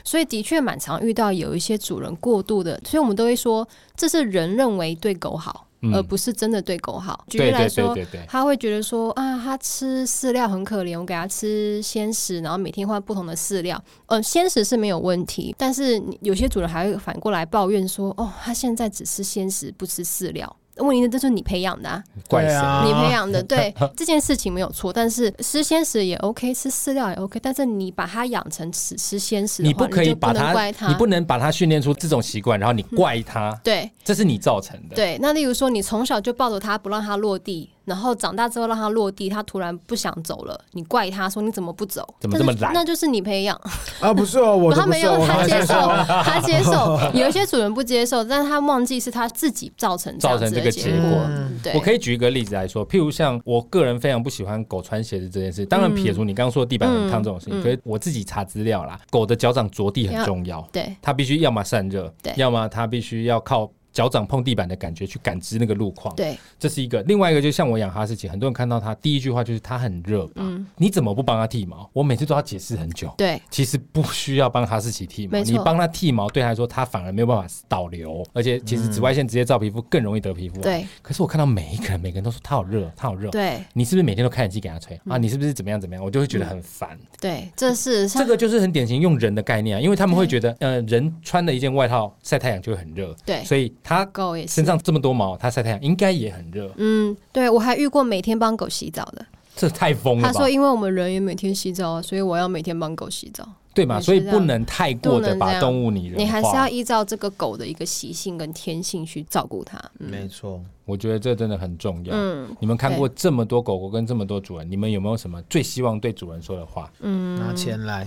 Speaker 4: 所以的确蛮常遇到有一些主人过度的，所以我们都会说这是人认为对狗好，
Speaker 2: 嗯
Speaker 4: 而不是真的对狗好。举例
Speaker 2: 对
Speaker 4: 来
Speaker 2: 对
Speaker 4: 说，
Speaker 2: 对对对。
Speaker 4: 他会觉得说啊，他吃饲料很可怜，我给他吃鲜食，然后每天换不同的饲料。嗯、鲜食是没有问题，但是你有些主人还会反过来抱怨说，哦，他现在只吃鲜食，不吃饲料。问题是这是你培养的、啊，
Speaker 2: 怪
Speaker 3: 对
Speaker 2: 谁？
Speaker 3: 啊，
Speaker 4: 你培
Speaker 2: (laughs)
Speaker 4: 养的，对这件事情没有错，但是吃鲜食也 OK，吃饲料也 OK，但是你把它养成只吃鲜食的
Speaker 2: 你
Speaker 4: 话，
Speaker 2: 不可以
Speaker 4: 就
Speaker 2: 把
Speaker 4: 能
Speaker 2: 它
Speaker 4: 怪，它，
Speaker 2: 你不能把它训练出这种习惯，然后你怪它，
Speaker 4: 对。
Speaker 2: 这是你造成的。
Speaker 4: 对，那例如说你从小就抱着它不让它落地，然后长大之后让它落地，它突然不想走了，你怪它说你怎么不走？
Speaker 2: 怎么这么
Speaker 4: 但是
Speaker 2: 懒
Speaker 4: 那就是你培养，
Speaker 3: 啊，不是哦，我
Speaker 4: 他
Speaker 3: 都不
Speaker 4: 没
Speaker 3: 是
Speaker 4: 有
Speaker 3: 哦，我
Speaker 4: 他
Speaker 3: 刚才
Speaker 4: 接
Speaker 3: 说
Speaker 4: 受，他接受。
Speaker 2: (laughs)
Speaker 4: 有一些主人不接受，但是他忘记是他自己造成这样
Speaker 2: 造成
Speaker 4: 子
Speaker 2: 这
Speaker 4: 的
Speaker 2: 个
Speaker 4: 结
Speaker 2: 结果
Speaker 4: 嗯对，
Speaker 2: 我可以举一个例子来说，譬如像我个人非常不喜欢狗穿鞋子这件事，当然撇除你刚刚说地板很烫这种事
Speaker 4: 嗯
Speaker 2: 情，可是我自己查资料啦，狗的脚掌着地很重要，
Speaker 4: 对
Speaker 2: 它必须要么散热
Speaker 4: 对，
Speaker 2: 要么它必须要靠。脚掌碰地板的感觉去感知那个路况，
Speaker 4: 对
Speaker 2: 这是一个。另外一个就像我养哈士奇，很多人看到它第一句话就是它很热吧？
Speaker 4: 嗯
Speaker 2: 你怎么不帮它剃毛？我每次都要解释很久。
Speaker 4: 对
Speaker 2: 其实不需要帮哈士奇剃毛，
Speaker 4: 没错
Speaker 2: 你帮它剃毛，对它来说，它反而没有办法导流，而且其实紫外线直接照皮肤更容易得皮肤、
Speaker 4: 嗯
Speaker 2: 啊
Speaker 4: 对。
Speaker 2: 可是我看到每一个人，每个人都说它好热，啊它好热。
Speaker 4: 对
Speaker 2: 你是不是每天都开冷气给它吹、啊？你是不是怎么样怎么样？我就会觉得很
Speaker 4: (laughs)
Speaker 2: 烦。
Speaker 4: 对，这是
Speaker 2: 这个就是很典型用人的概念啊，因为他们会觉得，呃，人穿了一件外套晒太阳就会很热，
Speaker 4: 对
Speaker 2: 所以它
Speaker 4: 狗也是
Speaker 2: 身上这么多毛，它晒太阳应该也很热。
Speaker 4: 嗯，对我还遇过每天帮狗洗澡的，
Speaker 2: 这太疯了
Speaker 4: 他
Speaker 2: 吧
Speaker 4: 说？因为我们人也每天洗澡啊，所以我要每天帮狗洗澡。
Speaker 2: 对嘛？
Speaker 4: 也是
Speaker 2: 所以
Speaker 4: 这
Speaker 2: 不
Speaker 4: 样
Speaker 2: 能太过
Speaker 4: 不
Speaker 2: 的
Speaker 4: 能这
Speaker 2: 把
Speaker 4: 样
Speaker 2: 动物拟人化。
Speaker 4: 你还是要依照这个狗的一个习性跟天性去照顾它。
Speaker 3: 没错，
Speaker 2: 我觉得这真的很重要。
Speaker 4: 嗯
Speaker 2: 你们看过这么多狗狗跟这么多主人，你们有没有什么最希望对主人说的
Speaker 4: (laughs)
Speaker 2: 话？
Speaker 4: 嗯
Speaker 3: 拿钱来，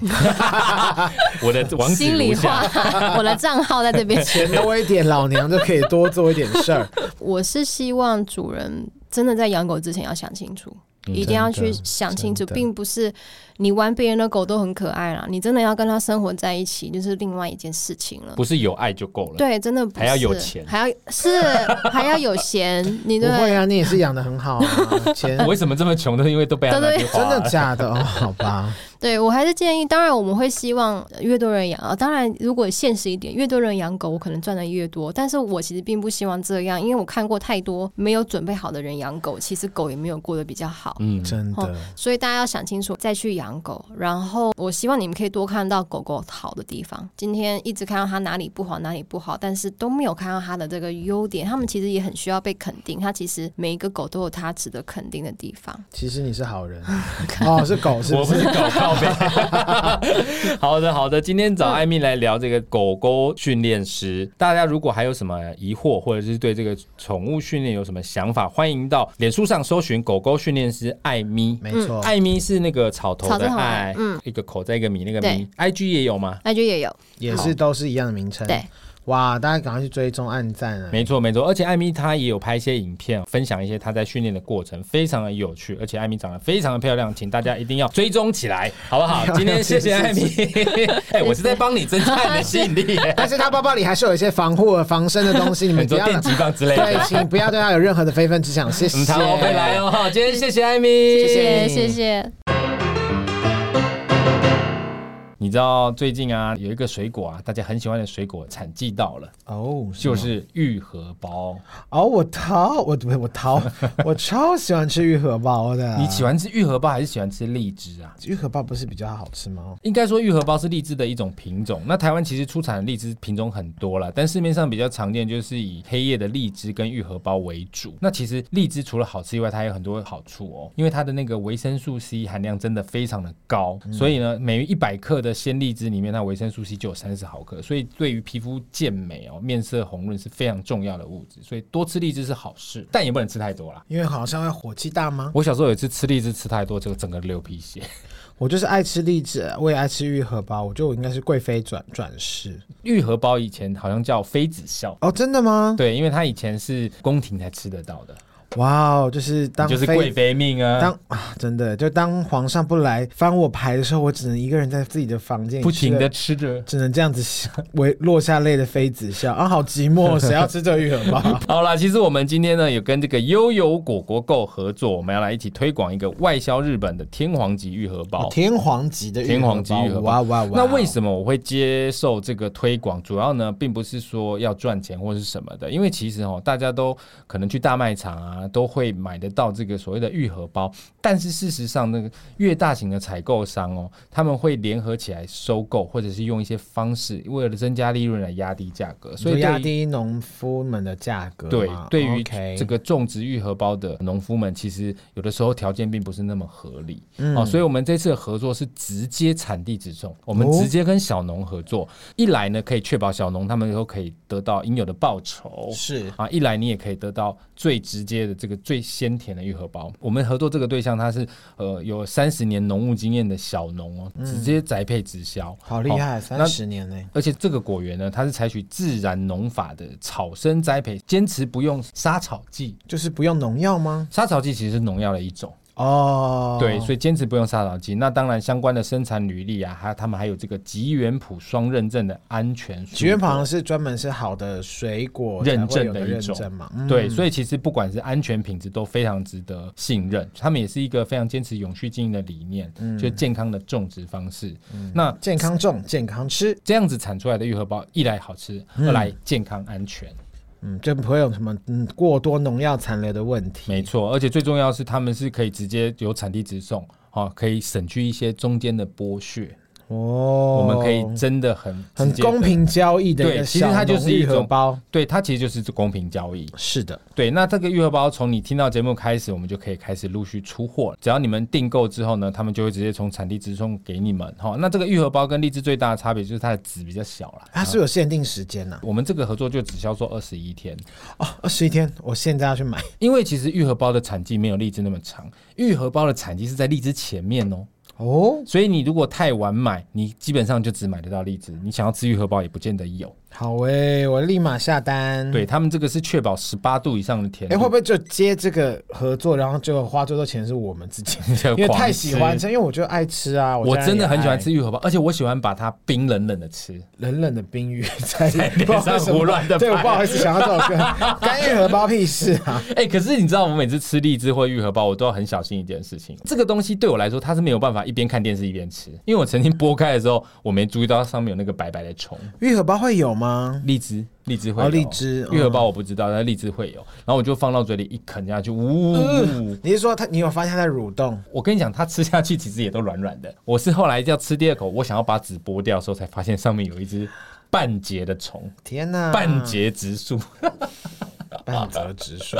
Speaker 2: 我的网址
Speaker 4: 心
Speaker 2: 如
Speaker 4: 里
Speaker 2: 下
Speaker 4: 话。， (laughs) 我的账号在这边。
Speaker 3: 钱多一点，老娘就可以多做一点事儿。
Speaker 4: 我是希望主人真的在养狗之前要想清楚。一定要去
Speaker 3: 真的
Speaker 4: 想清楚，
Speaker 3: 真的
Speaker 4: 并不是你玩别人的狗都很可爱啦，你真的要跟它生活在一起，就是另外一件事情了。
Speaker 2: 不是有爱就够了。，
Speaker 4: 对，真的不是
Speaker 2: 还要有钱
Speaker 4: 还要是还要有闲， (laughs)
Speaker 3: (laughs)
Speaker 4: 你
Speaker 3: 不
Speaker 4: 对
Speaker 3: 会啊，你也是养的很好啊，钱
Speaker 2: 我为什么这么穷？都是因为都被他拿去花
Speaker 3: 真
Speaker 2: 了。
Speaker 3: 的假的哦？好吧，
Speaker 4: 对我还是建议，当然我们会希望呃越多人养啊。当然，如果现实一点，越多人养狗，我可能赚的越多。但是我其实并不希望这样，因为我看过太多没有准备好的人养狗，其实狗也没有过得比较好。
Speaker 2: 嗯，
Speaker 3: 真的
Speaker 4: 哦。所以大家要想清楚再去养狗。然后我希望你们可以多看到狗狗好的地方。今天一直看到它哪里不好，哪里不好，但是都没有看到它的这个优点。它们其实也很需要被肯定。它其实每一个狗都有它值得肯定的地方。
Speaker 3: 其实你是好
Speaker 4: (laughs)
Speaker 3: 人哦，是狗是
Speaker 2: 我
Speaker 3: 不
Speaker 2: 不
Speaker 3: 是
Speaker 2: 是？狗靠
Speaker 3: (laughs)
Speaker 2: 背。好的，好的，今天找艾米来聊这个狗狗训练师。大家如果还有什么疑惑，或者是对这个宠物训练有什么想法，欢迎到脸书上搜寻“狗狗训练师艾米”。
Speaker 3: 没
Speaker 4: 嗯
Speaker 3: 错，
Speaker 4: 哎
Speaker 2: 艾咪是那个草头
Speaker 4: 草字
Speaker 2: 的
Speaker 4: 头的嗯
Speaker 2: 艾，一个口在一个米那个
Speaker 4: 对
Speaker 2: 米。IG 也有吗？
Speaker 4: 那就也有
Speaker 3: 也是都是一样的名称。
Speaker 4: 对，嗯
Speaker 3: 哇，大家赶快去追踪、按赞啊！
Speaker 2: 没错没错，而且艾米她也有拍一些影片，分享一些她在训练的过程，非常的有趣。而且艾米长得非常的漂亮，请大家一定要追踪起来，好不 (laughs) 好？今天谢谢艾米，哎、我是在帮你增加你的吸引力 (laughs) 耶，
Speaker 3: 但是他包包里还是有一些防护、防身的东西，你
Speaker 2: 很
Speaker 3: 们不
Speaker 2: 多 (laughs)
Speaker 3: 要
Speaker 2: 电击棒之类
Speaker 3: 对，
Speaker 2: 的。
Speaker 3: 请不要对他有任何的非分之想，谢谢。
Speaker 2: 嗯，好，我会来哦。好今天谢谢艾米，
Speaker 4: 谢谢谢。谢。
Speaker 2: 你知道最近啊，有一个水果啊，大家很喜欢的水果产季到了，
Speaker 3: 哦，
Speaker 2: 就是愈合包。
Speaker 3: 哦，我桃，我对我 (laughs) 桃，我超喜欢吃玉荷包的。
Speaker 2: 你喜欢吃愈合包还是喜欢吃荔枝啊？
Speaker 3: 玉荷包不是比较好吃吗？
Speaker 2: 应该说，愈合包是荔枝的一种品种。那台湾其实出产的荔枝品种很多啦，但市面上比较常见就是以黑夜的荔枝跟愈合包为主。那其实荔枝除了好吃以外，它有很多好处哦，因为它的那个维生素 C 含量真的非常的高，所以呢，每一百克的鲜荔枝里面，它维生素 C 就有三十毫克，所以对于皮肤健美哦、面色红润是非常重要的物质。所以多吃荔枝是好事，但也不能吃太多啦。
Speaker 3: 因为好像会火气大吗？
Speaker 2: 我小时候有一次吃荔枝吃太多，就整个流鼻血。 (laughs)
Speaker 3: 我就是爱吃荔枝，我也爱吃玉荷包，我觉得我应该是贵妃转转世。
Speaker 2: 愈合包以前好像叫妃子笑。
Speaker 3: 哦，真的 (laughs) 吗？
Speaker 2: 对，因为它以前是宫廷才吃得到的，
Speaker 3: 哇哦，就是当
Speaker 2: 就是
Speaker 3: 妃
Speaker 2: 贵妃命啊，
Speaker 3: 当啊，真的，就当皇上不来翻我牌的时候，我只能一个人在自己的房间里
Speaker 2: 不停
Speaker 3: 吃
Speaker 2: 的
Speaker 3: 了，
Speaker 2: 吃着。
Speaker 3: 只能这样子笑，为落下泪的妃子笑啊，好寂寞，谁要吃这个玉荷包？
Speaker 2: 好啦，其实我们今天呢有跟这个悠悠果果购合作，我们要来一起推广一个外销日本的天皇级愈合包。
Speaker 3: (laughs) 哦天皇级的玉荷
Speaker 2: 天皇级
Speaker 3: 包
Speaker 2: 愈合包
Speaker 3: 哇哇哇！
Speaker 2: 那为什么我会接受这个推广？主要呢，并不是说要赚钱或是什么的，因为其实哦，大家都可能去大卖场啊，都会买得到这个所谓的愈合包。但是事实上，那个越大型的采购商哦，他们会联合起来收购，或者是用一些方式，为了增加利润来压低价格，所
Speaker 3: 所以
Speaker 2: 以
Speaker 3: 压
Speaker 2: 对于
Speaker 3: 低农夫们的价格
Speaker 2: 对
Speaker 3: 嘛，
Speaker 2: 对于
Speaker 3: OK
Speaker 2: 这个种植愈合包的农夫们，其实有的时候条件并不是那么合理、
Speaker 3: 嗯
Speaker 2: 哦，所以我们这次的合作是直接产地直送，我们
Speaker 3: 哦
Speaker 2: 直接跟小农合作，一来呢可以确保小农他们都可以得到应有的报酬，
Speaker 3: 是
Speaker 2: 啊，一来你也可以得到最直接的这个最鲜甜的愈合包。我们合作这个对象，他是呃有三十年农务经验的小农
Speaker 3: 嗯
Speaker 2: 哦，直接宅配直销，
Speaker 3: 好厉
Speaker 2: 哦
Speaker 3: 害，
Speaker 2: 那
Speaker 3: 三十年呢，
Speaker 2: 而且这个果园呢，它是采取自然农法的草生栽培，坚持不用杀草剂。
Speaker 3: 就是不用农药吗？
Speaker 2: 杀草剂其实是农药的一种，
Speaker 3: 哦，
Speaker 2: 对，所以坚持不用杀草剂。那当然，相关的生产履历啊，还有他们还有这个吉原普双认证的安全蔬果。
Speaker 3: 菊园旁是专门是好的水果
Speaker 2: 认
Speaker 3: 才会
Speaker 2: 证
Speaker 3: 有
Speaker 2: 的
Speaker 3: 的
Speaker 2: 一
Speaker 3: 认
Speaker 2: 种
Speaker 3: 证嘛，嗯
Speaker 2: 对，所以其实不管是安全品质都非常值得信任，他们也是一个非常坚持永续经营的理念，
Speaker 3: 嗯
Speaker 2: 就是健康的种植方式。那
Speaker 3: 健康种，健康吃，
Speaker 2: 这样子产出来的愈合包，一来好吃，二来健康安全。
Speaker 3: 嗯，就不会有什么嗯过多农药残留的问题。
Speaker 2: 没错，而且最重要是，他们是可以直接由产地直送，哦，可以省去一些中间的剥削。
Speaker 3: 哦，
Speaker 2: 我们可以真的很
Speaker 3: 很
Speaker 2: 直接地
Speaker 3: 公，平交易的一个
Speaker 2: 对其实它
Speaker 3: 小农
Speaker 2: 就是一
Speaker 3: 愈合
Speaker 2: 种
Speaker 3: 包，
Speaker 2: 对它其实就是公平交易。
Speaker 3: 是的，
Speaker 2: 对，那这个愈合包从你听到节目开始，我们就可以开始陆续出货了。只要你们订购之后呢，他们就会直接从产地直送给你们。哈、那这个愈合包跟荔枝最大的差别就是它的籽比较小啦。
Speaker 3: 它是有限定时间呐、
Speaker 2: 我们这个合作就只销售二十一天，啊
Speaker 3: 哦，二十一天，我现在要去买。
Speaker 2: 因为其实愈合包的产季没有荔枝那么长，愈合包的产季是在荔枝前面 (laughs) 哦。
Speaker 3: 哦，
Speaker 2: 所以你如果太晚买，你基本上就只买得到荔枝，你想要吃愈合包也不见得有。
Speaker 3: 好诶、我立马下单。
Speaker 2: 对他们这个是确保十八度以上的甜
Speaker 3: 哎、
Speaker 2: 度，
Speaker 3: 嗯会不会就接这个合作，然后就花最多钱是我们
Speaker 2: (laughs)
Speaker 3: 自己？
Speaker 2: 就
Speaker 3: 因为
Speaker 2: 狂
Speaker 3: 太喜欢
Speaker 2: 吃
Speaker 3: 吃，因为我就爱吃啊，
Speaker 2: 我
Speaker 3: 家人
Speaker 2: 真的
Speaker 3: 也
Speaker 2: 很喜欢
Speaker 3: 爱
Speaker 2: 吃愈合包，而且我喜欢把它冰冷冷的吃。
Speaker 3: 冷冷的冰
Speaker 2: (laughs)
Speaker 3: 雨在
Speaker 2: 脸上胡乱地
Speaker 3: 对，我
Speaker 2: 拍
Speaker 3: 不好意思想到这
Speaker 2: (laughs)
Speaker 3: 首歌，干玉荷包屁事啊！
Speaker 2: 哎、可是你知道，我每次吃荔枝或愈合包，我都要很小心一件事情。这个东西对我来说，它是没有办法一边看电视一边吃，因为我曾经剥开的时候，我没注意到它上面有那个白白的虫。
Speaker 3: 玉荷包会有吗？
Speaker 2: 荔枝，荔枝会
Speaker 3: 哦
Speaker 2: 有，
Speaker 3: 荔枝
Speaker 2: 愈合
Speaker 3: 嗯
Speaker 2: 包我不知道，但荔枝会有。然后我就放到嘴里一啃下去，呜、
Speaker 3: 嗯
Speaker 2: 嗯
Speaker 3: 你是说它？你有发现它在蠕动？
Speaker 2: 我跟你讲，它吃下去其实也都软软的。我是后来要吃第二口，我想要把籽剥掉的时候，才发现上面有一只半截的虫，
Speaker 3: 天哪！
Speaker 2: 半截植树。 (laughs)
Speaker 3: 半泽直树，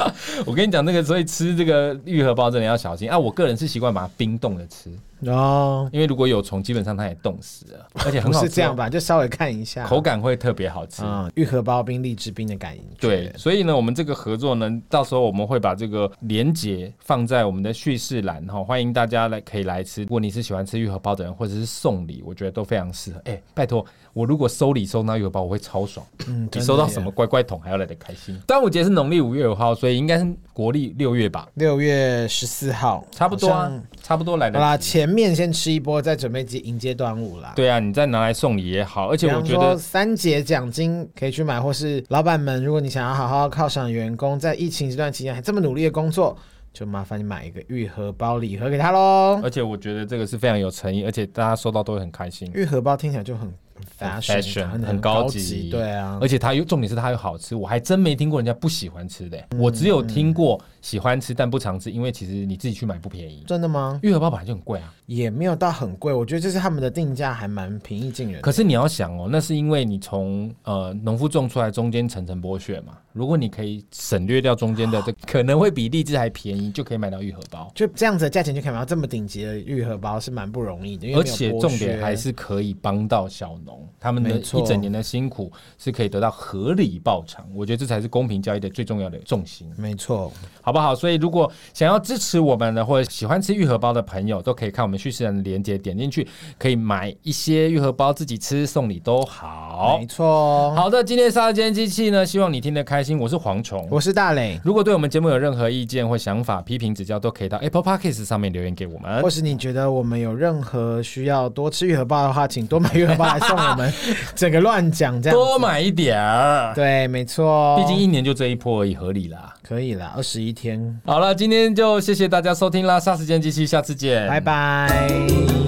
Speaker 2: 我跟你讲，那个所以吃这个愈合包真的要小心啊！我个人是习惯把它冰冻着吃，
Speaker 3: 哦，
Speaker 2: 因为如果有虫，基本上它也冻死了，而且
Speaker 3: 不
Speaker 2: 很好吃哦
Speaker 3: 是这样？吧？就稍微看一下
Speaker 2: 口感会特别好吃。
Speaker 3: 啊，愈合包冰、荔枝冰的感觉。
Speaker 2: 对，，所以呢，我们这个合作呢，到时候我们会把这个连结放在我们的叙事栏哈、欢迎大家来可以来吃。如果你是喜欢吃愈合包的人，或者是送礼，我觉得都非常适合。哎、拜托，我如果收礼收到愈合包，我会超爽。
Speaker 3: 嗯，
Speaker 2: 比
Speaker 3: 真的
Speaker 2: 收到
Speaker 3: 耶
Speaker 2: 什么？乖乖桶还要来得开心。端午节是农历五月五号，所以应该是国历六月吧，
Speaker 3: 六月十四号，
Speaker 2: 差不多
Speaker 3: 好
Speaker 2: 啊
Speaker 3: 像，
Speaker 2: 差不多来
Speaker 3: 好
Speaker 2: 得
Speaker 3: 啦，
Speaker 2: 及。
Speaker 3: 前面先吃一波，再准备接迎接端午啦。，
Speaker 2: 对啊，你再拿来送礼也好，而
Speaker 3: 比
Speaker 2: 且我
Speaker 3: 方
Speaker 2: 觉
Speaker 3: 说
Speaker 2: 得
Speaker 3: 三节奖金可以去买，或是老板们，如果你想要好好犒赏员工，在疫情这段期间还哎这么努力的工作，就麻烦你买一个愈合包礼盒给他喽。
Speaker 2: 而且我觉得这个是非常有诚意，而且大家收到都会很开心，
Speaker 3: 愈合包听起来就很很 fashion，,
Speaker 2: fashion，
Speaker 3: 很
Speaker 2: 很
Speaker 3: 高
Speaker 2: 高级
Speaker 3: 对啊
Speaker 2: 而。且它又重点是它又好吃，我还真没听过人家不喜欢吃的、欸我只
Speaker 3: 嗯
Speaker 2: 有听过喜欢吃但不常吃，因为其实你自己去买不便宜，
Speaker 3: 真的吗？
Speaker 2: 玉荷包本来就很贵啊。
Speaker 3: 也没有到很贵，我觉得这是他们的定价还蛮平易近人的。
Speaker 2: 可是你要想哦，那是因为你从呃农夫种出来，中间层层剥削嘛。如果你可以省略掉中间
Speaker 3: (laughs)
Speaker 2: 的，这可能会比荔枝还便宜，就可以买到玉荷包。
Speaker 3: 就这样子的价钱就可以买到这么顶级的愈合包，是蛮不容易的。因为
Speaker 2: 而
Speaker 3: 没有
Speaker 2: 且
Speaker 3: 剥
Speaker 2: 重点
Speaker 3: 削
Speaker 2: 还是可以帮到小农，他们的
Speaker 3: 没错
Speaker 2: 一整年的辛苦是可以得到合理报偿。我觉得这才是公平交易的最重要的重心，
Speaker 3: 没错，
Speaker 2: 好不好？所以如果想要支持我们的，或者喜欢吃玉荷包的朋友，都可以看我们叙事人的链接，点进去可以买一些玉荷包自己吃送礼都好
Speaker 3: 没。错。
Speaker 2: 好的，今天的沙尖机器呢，希望你听得开心。我是蝗虫，
Speaker 3: 我是大磊，
Speaker 2: 如果对我们节目有任何意见或想法、批评指教，都可以到 Apple Podcast 上面留言给我们
Speaker 3: 或。是你觉得我们有任何需要多吃愈合包的话，请多买愈合包来送我
Speaker 2: (laughs)
Speaker 3: 们。整个乱讲这样子，
Speaker 2: 多买一点儿，
Speaker 3: 对，没错，
Speaker 2: 毕竟一年就这一波而已，合理啦。
Speaker 3: 可以啦，二十一天，
Speaker 2: 嗯好了，今天就谢谢大家收听啦，霎时间机器，下次见，
Speaker 3: 拜拜